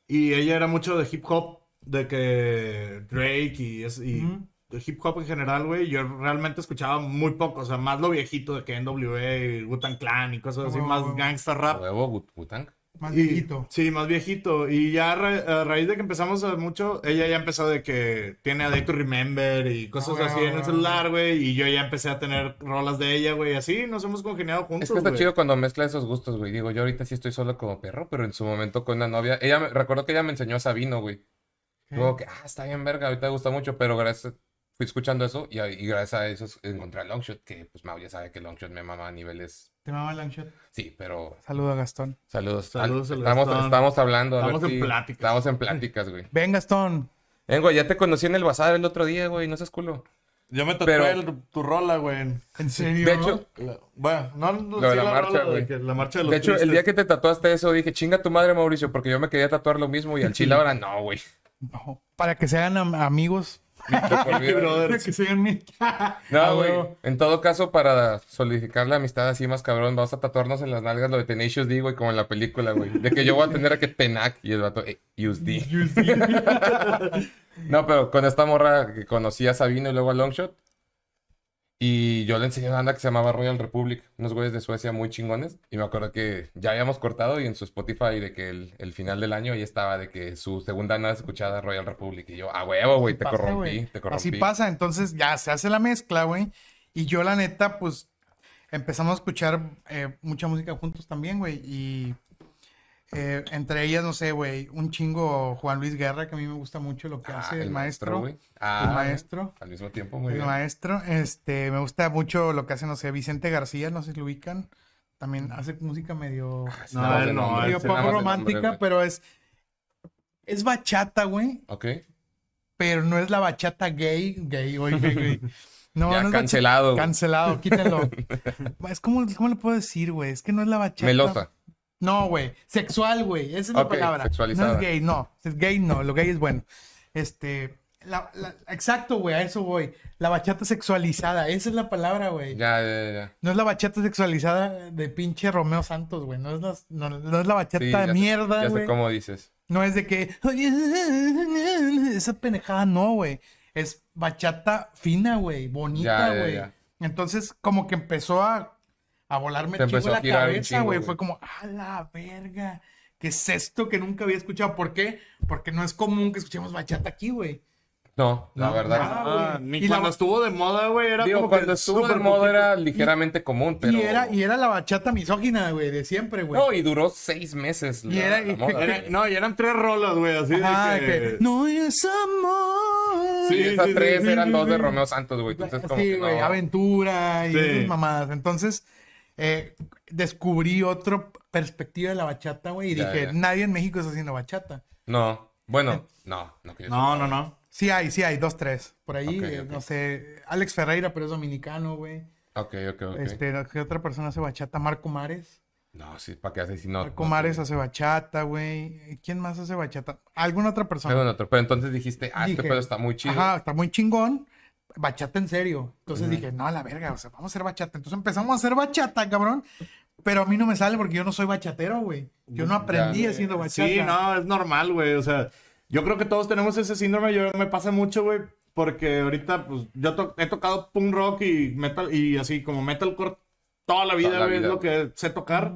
y ella era mucho de hip hop, de que Drake y, es- y Ujú. de hip hop en general, güey, yo realmente escuchaba muy poco, o sea, más lo viejito de que NWA, Wu-Tang Clan y cosas así, Oh. más gangster rap. Huevo, Wu- Wu-Tang. Más Y- viejito. Sí, más viejito. Y ya a, ra- a raíz de que empezamos a mucho, ella ya empezó de que tiene A Day to Remember y cosas Ah, así güey, en el ah, celular, güey. Y yo ya empecé a tener rolas de ella, güey. Así nos hemos congeniado juntos. Es que está güey. chido cuando mezcla esos gustos, güey. Digo, yo ahorita sí estoy solo como perro, pero en su momento con una novia. Ella, me- recuerdo que ella me enseñó a Sabino, güey. Luego que, ah, está bien verga, ahorita me gusta mucho, pero gracias, fui escuchando eso y, y gracias a eso es- encontré a Longshot, que pues Mau ya sabe que Longshot me mama a niveles. Te mama Langshot. Sí, pero Saludo a Gastón. saludos. Saludos, Al- el estamos, Gastón. estamos hablando. a ver Estamos en si- pláticas. Estamos en pláticas, güey. Ven, Gastón. Eh, güey, ya te conocí en el bazar el otro día, güey, no seas culo. Yo me tocó Pero- tu rola, güey. ¿En serio? De hecho, La- Bueno, no, no Lo de sí, la marcha, rola de güey. que- la marcha de los de hecho el tristes. día que te tatuaste eso dije, chinga tu madre, Mauricio, porque yo me quería tatuar lo mismo y al chile ahora no, güey. No, Para que se hagan am- amigos. brother. Para que se hagan mi- Ah, No, güey. huevo. En todo caso, para solidificar la amistad así más cabrón, vamos a tatuarnos en las nalgas lo de Tenacious D, güey, como en la película, güey. De que yo voy a tener a que Tenac y el vato, eh, use D. No, pero con esta morra que conocí a Sabino y luego a Longshot. Y yo le enseñé una banda que se llamaba Royal Republic, unos güeyes de Suecia muy chingones. Y me acuerdo que ya habíamos cortado y en su Spotify de que el, el final del año ahí estaba de que su segunda nada escuchada Royal Republic. Y yo, a huevo, güey, te Pasa, corrompí, güey. te corrompí. Así pasa, entonces ya se hace la mezcla, güey. Y yo, la neta, pues empezamos a escuchar eh, mucha música juntos también, güey. Y eh, entre ellas, no sé, güey, un chingo Juan Luis Guerra, que a mí me gusta mucho lo que Ah, hace el maestro. güey. Ah, el maestro. Al mismo tiempo, muy el bien. maestro. Este, me gusta mucho lo que hace, no sé, Vicente García, no sé si lo ubican. Mm. También hace música medio, No, Nada más Ah, de no, nombre, ese medio sí, nada más poco de romántica, nombre, güey. pero es. Es bachata, güey. Ok. Pero no es la bachata gay, gay, oye, güey. No, Ya no es bachata- cancelado. Cancelado, quítenlo. es como, ¿cómo le puedo decir, güey? Es que no es la bachata. Melosa. No, güey. Sexual, güey. Esa es la Ok, palabra. sexualizada. No es gay, no. Es gay, no. Lo gay es bueno. Este. la- la- exacto, güey. A eso voy. La bachata sexualizada. Esa es la palabra, güey. Ya, ya, ya. No es la bachata sexualizada de pinche Romeo Santos, güey. No es la, no, no es la bachata Sí, de ya sé- mierda, Ya güey. sé cómo dices. No es de que. Esa pendejada, no, güey. Es bachata fina, güey. Ya, Bonita, ya, güey. ya. Entonces, como que empezó a, a volarme Te el chingo empezó a la girar un cabeza, chingo, güey. güey. Fue como, a la verga. ¿Qué es esto que nunca había escuchado? ¿Por qué? Porque no es común que escuchemos bachata aquí, güey. No, la verdad. nada, Ah, güey. ni Y la- cuando estuvo de moda, güey, era Digo, como cuando que estuvo súper en moda poquito. era ligeramente común, pero. Y, era, y era la bachata misógina, güey, de siempre, güey. No, y duró seis meses. Y la- era- la y- moda, Era- güey. No, y eran tres rolas, güey, así de Ajá, que- de que, no es amor. Y Sí, esas sí, sí, tres sí, eran sí, dos de sí. Romeo Santos, güey. Entonces, como. Sí, que güey, no. aventura y Sí. esas mamadas. Entonces, eh, descubrí otra perspectiva de la bachata, güey, y Ya, dije, ya. nadie en México está haciendo bachata. No. Bueno, no, no que yo sepa. No, no, no. Sí hay, sí hay, dos, tres. Por ahí, Ok, eh, ok. no sé, Alex Ferreira, pero es dominicano, güey. Ok, ok, ok. Este, ¿no? ¿qué otra persona hace bachata? Marco Mares. No, sí, para qué haces si no. Marco no, Mares güey. hace bachata, güey. ¿Quién más hace bachata? ¿Alguna otra persona? Algo en otro. Pero entonces dijiste, ah, este Dije, pedo está muy chido. Ajá, está muy chingón. Bachata en serio. Entonces Ujú. dije, no, a la verga, o sea, vamos a hacer bachata. Entonces empezamos a hacer bachata, cabrón. Pero a mí no me sale porque yo no soy bachatero, güey. Yo no aprendí Ya. haciendo bachata. Eh, Sí, no, es normal, güey. O sea, yo creo que todos tenemos ese síndrome. Yo me pasa mucho, güey, porque ahorita, pues, yo to- he tocado punk rock y metal, y así como metalcore toda la Toda vida, la güey, es vida, lo que sé tocar.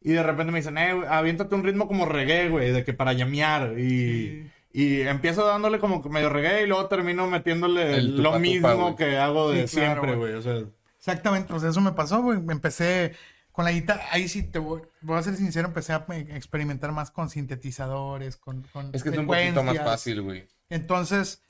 Y de repente me dicen, eh, güey, aviéntate un ritmo como reggae, güey, de que para llamear. Y, y empiezo dándole como que medio reggae y luego termino metiéndole El lo tupa-tupa, mismo güey. que hago de Sí, claro, siempre, güey. O sea, Exactamente, pues eso me pasó, güey. Empecé con la guitarra. Ahí sí te voy, voy a ser sincero, empecé a eh, experimentar más con sintetizadores, con, con Es que es un poquito más frecuencias. fácil, güey. Entonces,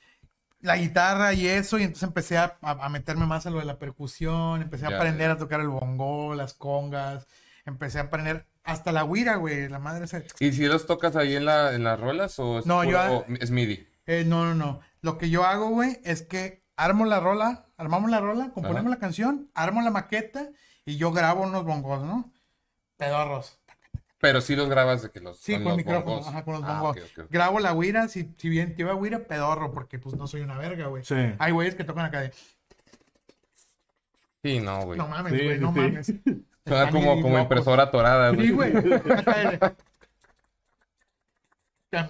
la guitarra y eso, y entonces empecé a, a- a meterme más a lo de la percusión, empecé a Ya, aprender ya. a tocar el bongo, las congas, empecé a aprender hasta la guira, güey, la madre esa. ¿Y si los tocas ahí en, la, en las rolas o es, No, yo a- o es MIDI? Eh, no, no, no. Lo que yo hago, güey, es que armo la rola, armamos la rola, componemos Ajá. la canción, armo la maqueta y yo grabo unos bongos, ¿no? Pedorros. Pero sí los grabas de que los Sí, con, los micrófono, bongos. ajá, con los Ah, bongos. ok, ok, ok. Grabo la guira, si, si bien te iba a guira, pedorro, porque pues no soy una verga, güey. Sí. Hay güeyes que tocan acá de, Sí, no, güey. no mames, Sí, güey, sí, no sí. mames. Suena Están como, bien como locos. impresora atorada, Sí, güey. güey.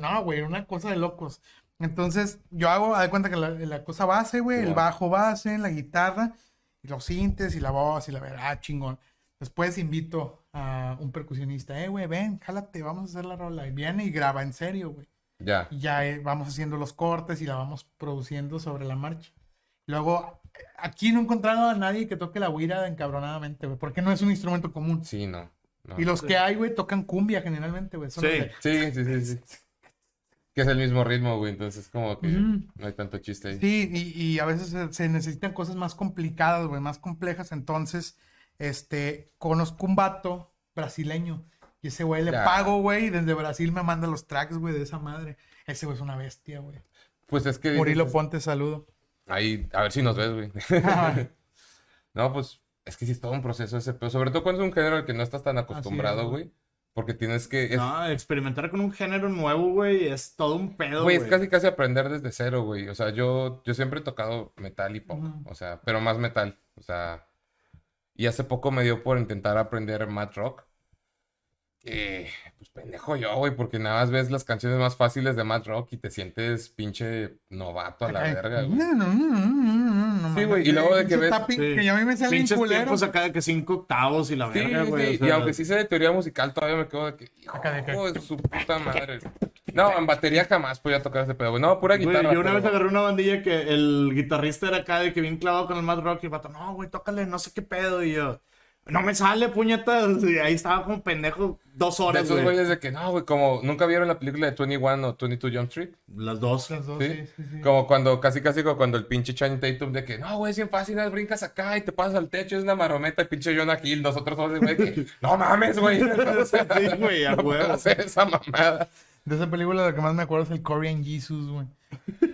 No, güey, una cosa de locos. Entonces, yo hago, haz de cuenta que la, la cosa base, güey, el Simón. bajo base, la guitarra, y los sintes y la voz y la verdad, ah, chingón. Después invito a un percusionista, eh, güey, ven, jálate, vamos a hacer la rola. Y viene y graba en serio, güey. Ya. Y ya eh, vamos haciendo los cortes y la vamos produciendo sobre la marcha. Luego, eh, aquí no he encontrado a nadie que toque la huira encabronadamente, güey, porque no es un instrumento común. Ah, Sí, no. no. Y los que hay, güey, tocan cumbia generalmente, güey. son los Sí. de- Sí, sí, sí, sí. Que es el mismo ritmo, güey. Entonces, como que Ujú. no hay tanto chiste ahí. Sí, y, y a veces se, se necesitan cosas más complicadas, güey, más complejas. Entonces, este, conozco un vato brasileño y ese güey le Ya. pago, güey, y desde Brasil me manda los tracks, güey, de esa madre. Ese güey es una bestia, güey. Pues es que. dices, Murilo es- Ponte, saludo. Ahí, a ver si nos ves, güey. no, pues es que sí es todo un proceso ese pedo. Sobre todo cuando es un género al que no estás tan acostumbrado, güey. güey. Porque tienes que. es- No, experimentar con un género nuevo, güey, es todo un pedo, Güey, güey. es casi casi aprender desde cero, güey. O sea, yo, yo siempre he tocado metal y pop. Ujú. O sea, pero más metal. O sea. Y hace poco me dio por intentar aprender mat rock. Eh, pues pendejo yo, güey, porque nada más ves las canciones más fáciles de mat rock y te sientes pinche novato a la Ay, verga, güey. no, no, no, no, no, no, no, Sí, mames, güey, y luego de pinche que ves- tapping Sí. Que ya a mí me sale bien Pinches culero. tiempos acá de que cinco octavos y la Sí, verga, sí, güey. o y sea, aunque sí sé de teoría musical, todavía me quedo de que, hijo Acá de acá. de su puta madre. No, en batería jamás podía tocar ese pedo, güey. No, pura Güey, guitarra. yo una pero- vez agarré una bandilla que el guitarrista era acá de que bien clavado con el mad rock y el vato, no, güey, tócale, no sé qué pedo. Y yo, no me sale, puñetas. Y ahí estaba como pendejo dos De horas, esos güey. güeyes de que, no, güey, como nunca vieron la película de 21 o 22 Jump Street. Las dos. Las dos, Sí. sí, sí, sí. Como cuando, casi casi como cuando el pinche Channing Tatum de que, no, güey, es bien fácil, nada, brincas acá y te pasas al techo, es una marometa, el pinche Jonah Hill, nosotros somos de güey que, no mames, güey. O sea, Sí, güey, a no puedo huevo. hacer esa mamada. De esa película la que más me acuerdo es el Korean Jesus, güey.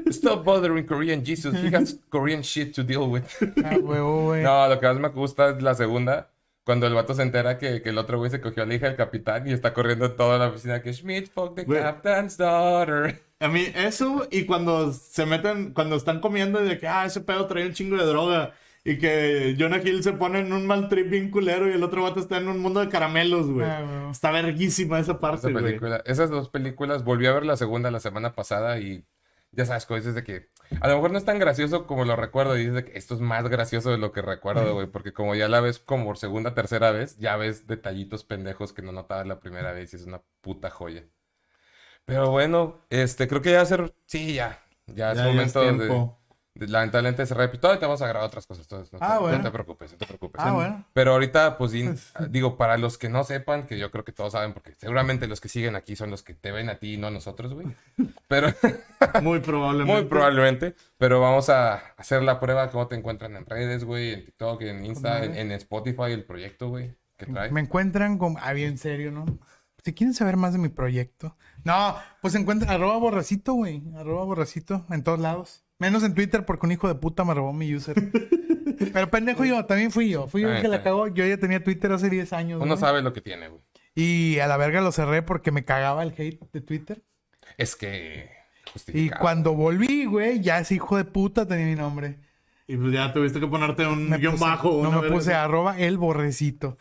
Stop bothering Korean Jesus, he has Korean shit to deal with. Ah, huevo, güey. No, lo que más me gusta es la segunda, cuando el vato se entera que, que el otro güey se cogió a la hija del capitán y está corriendo en toda la oficina que Schmidt fuck the Güey. captain's daughter. A mí eso y cuando se meten, cuando están comiendo y de que, ah, ese pedo trae un chingo de droga. Y que Jonah Hill se pone en un mal trip bien culero y el otro vato está en un mundo de caramelos, güey. Ah, huevo. Está verguísima esa parte, Esa güey. película- esas dos películas, volví a ver la segunda la semana pasada y ya sabes, cosas de que a lo mejor no es tan gracioso como lo recuerdo. Y dices de que esto es más gracioso de lo que recuerdo, güey, porque como ya la ves como por segunda, tercera vez, ya ves detallitos pendejos que no notabas la primera vez y es una puta joya. Pero bueno, este, creo que ya va a ser, sí, ya, ya es Ya, ya es momento de- tiempo. de, lamentablemente se repite, todavía te vamos a grabar otras cosas, entonces no, te- Ah, no bueno. te preocupes, no te preocupes. Ah, bueno. Pero ahorita, pues, in- digo, para los que no sepan, que yo creo que todos saben, porque seguramente los que siguen aquí son los que te ven a ti y no a nosotros, güey. Pero Muy probablemente. muy probablemente. Pero vamos a hacer la prueba, cómo te encuentran en redes, güey, en TikTok, en Insta, en, en Spotify, el proyecto, güey, que trae. Me encuentran como... Ah, bien serio, ¿no? Si quieren saber más de mi proyecto. No, pues encuentran... Arroba borracito, güey. Arroba borracito en todos lados. Menos en Twitter porque un hijo de puta me robó mi user. Pero pendejo yo, también fui yo. Fui yo el que la cagó. Yo ya tenía Twitter hace 10 años, Uno güey. sabe lo que tiene, güey. Y a la verga lo cerré porque me cagaba el hate de Twitter. Es que Y justificado. cuando volví, güey, ya ese hijo de puta tenía mi nombre. Y pues ya tuviste que ponerte un Me guión puse- bajo. una No me verga. puse arroba el borrecito.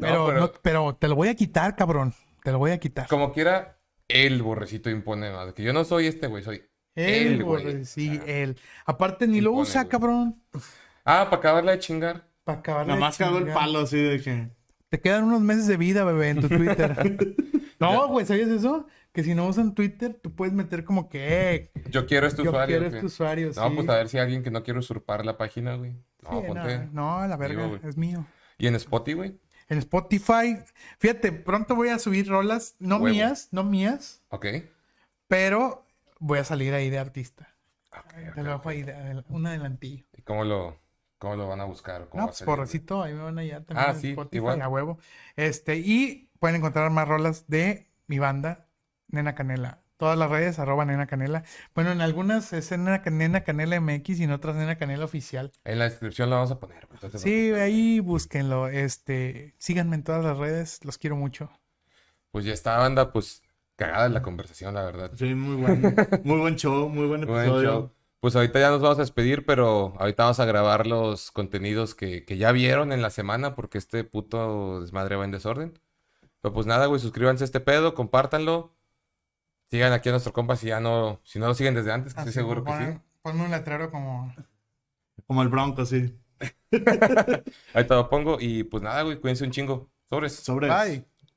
Pero, pero- no- pero te lo voy a quitar, cabrón. Te lo voy a quitar. Como quiera, el borrecito impone más. Que yo no soy este, güey, soy Él, el, güey. güey. Sí, Ah. él. Aparte, ni lo Impone, usa, güey. cabrón. Ah, para acabarla de chingar. Para acabar Nada más cagó el palo así de que. Te quedan unos meses de vida, bebé, en tu Twitter. no, güey, ¿sabías eso? Que si no usan Twitter, tú puedes meter como que. eh, Yo quiero este yo usuario. quiero ¿qué? este usuario. No, sí. pues a ver si alguien que no quiere usurpar la página, güey. No, Sí, ponte. no, no, la verga, Digo, güey. es mío. Y en Spotify, güey. En Spotify, fíjate, pronto voy a subir rolas, no Huevo. mías, no mías, Ok. pero voy a salir ahí de artista. Ok, Te ok. lo dejo ahí, de, adel- un adelantillo. ¿Y cómo lo, cómo lo van a buscar? o cómo No, va a pues salir, porrecito, ahí me van a hallar también Ah, en sí, Spotify, igual. a huevo. Este, y pueden encontrar más rolas de mi banda, Nena Canela. Todas las redes, arroba Nena Canela. Bueno, en algunas es Nena, Nena Canela MX y en otras Nena Canela Oficial. güey? En la descripción la vamos a poner. güey, entonces, Sí, ahí búsquenlo. Este, síganme en todas las redes, los quiero mucho. Pues ya está, banda, pues cagada la conversación, la verdad. Sí, muy bueno. muy buen show, muy buen Buen episodio. show. Pues ahorita ya nos vamos a despedir, pero ahorita vamos a grabar los contenidos que, que ya vieron en la semana, porque este puto desmadre va en desorden. Pero pues nada, güey, suscríbanse a este pedo, compártanlo. Sigan aquí a nuestro compa si ya no, si no lo siguen desde antes, que estoy Así, seguro que ponme- sí. Ponme un letrero como. Como el Bronco, sí. Ahí te lo pongo y pues nada, güey, cuídense un chingo. Sobres. Sobre. Bye.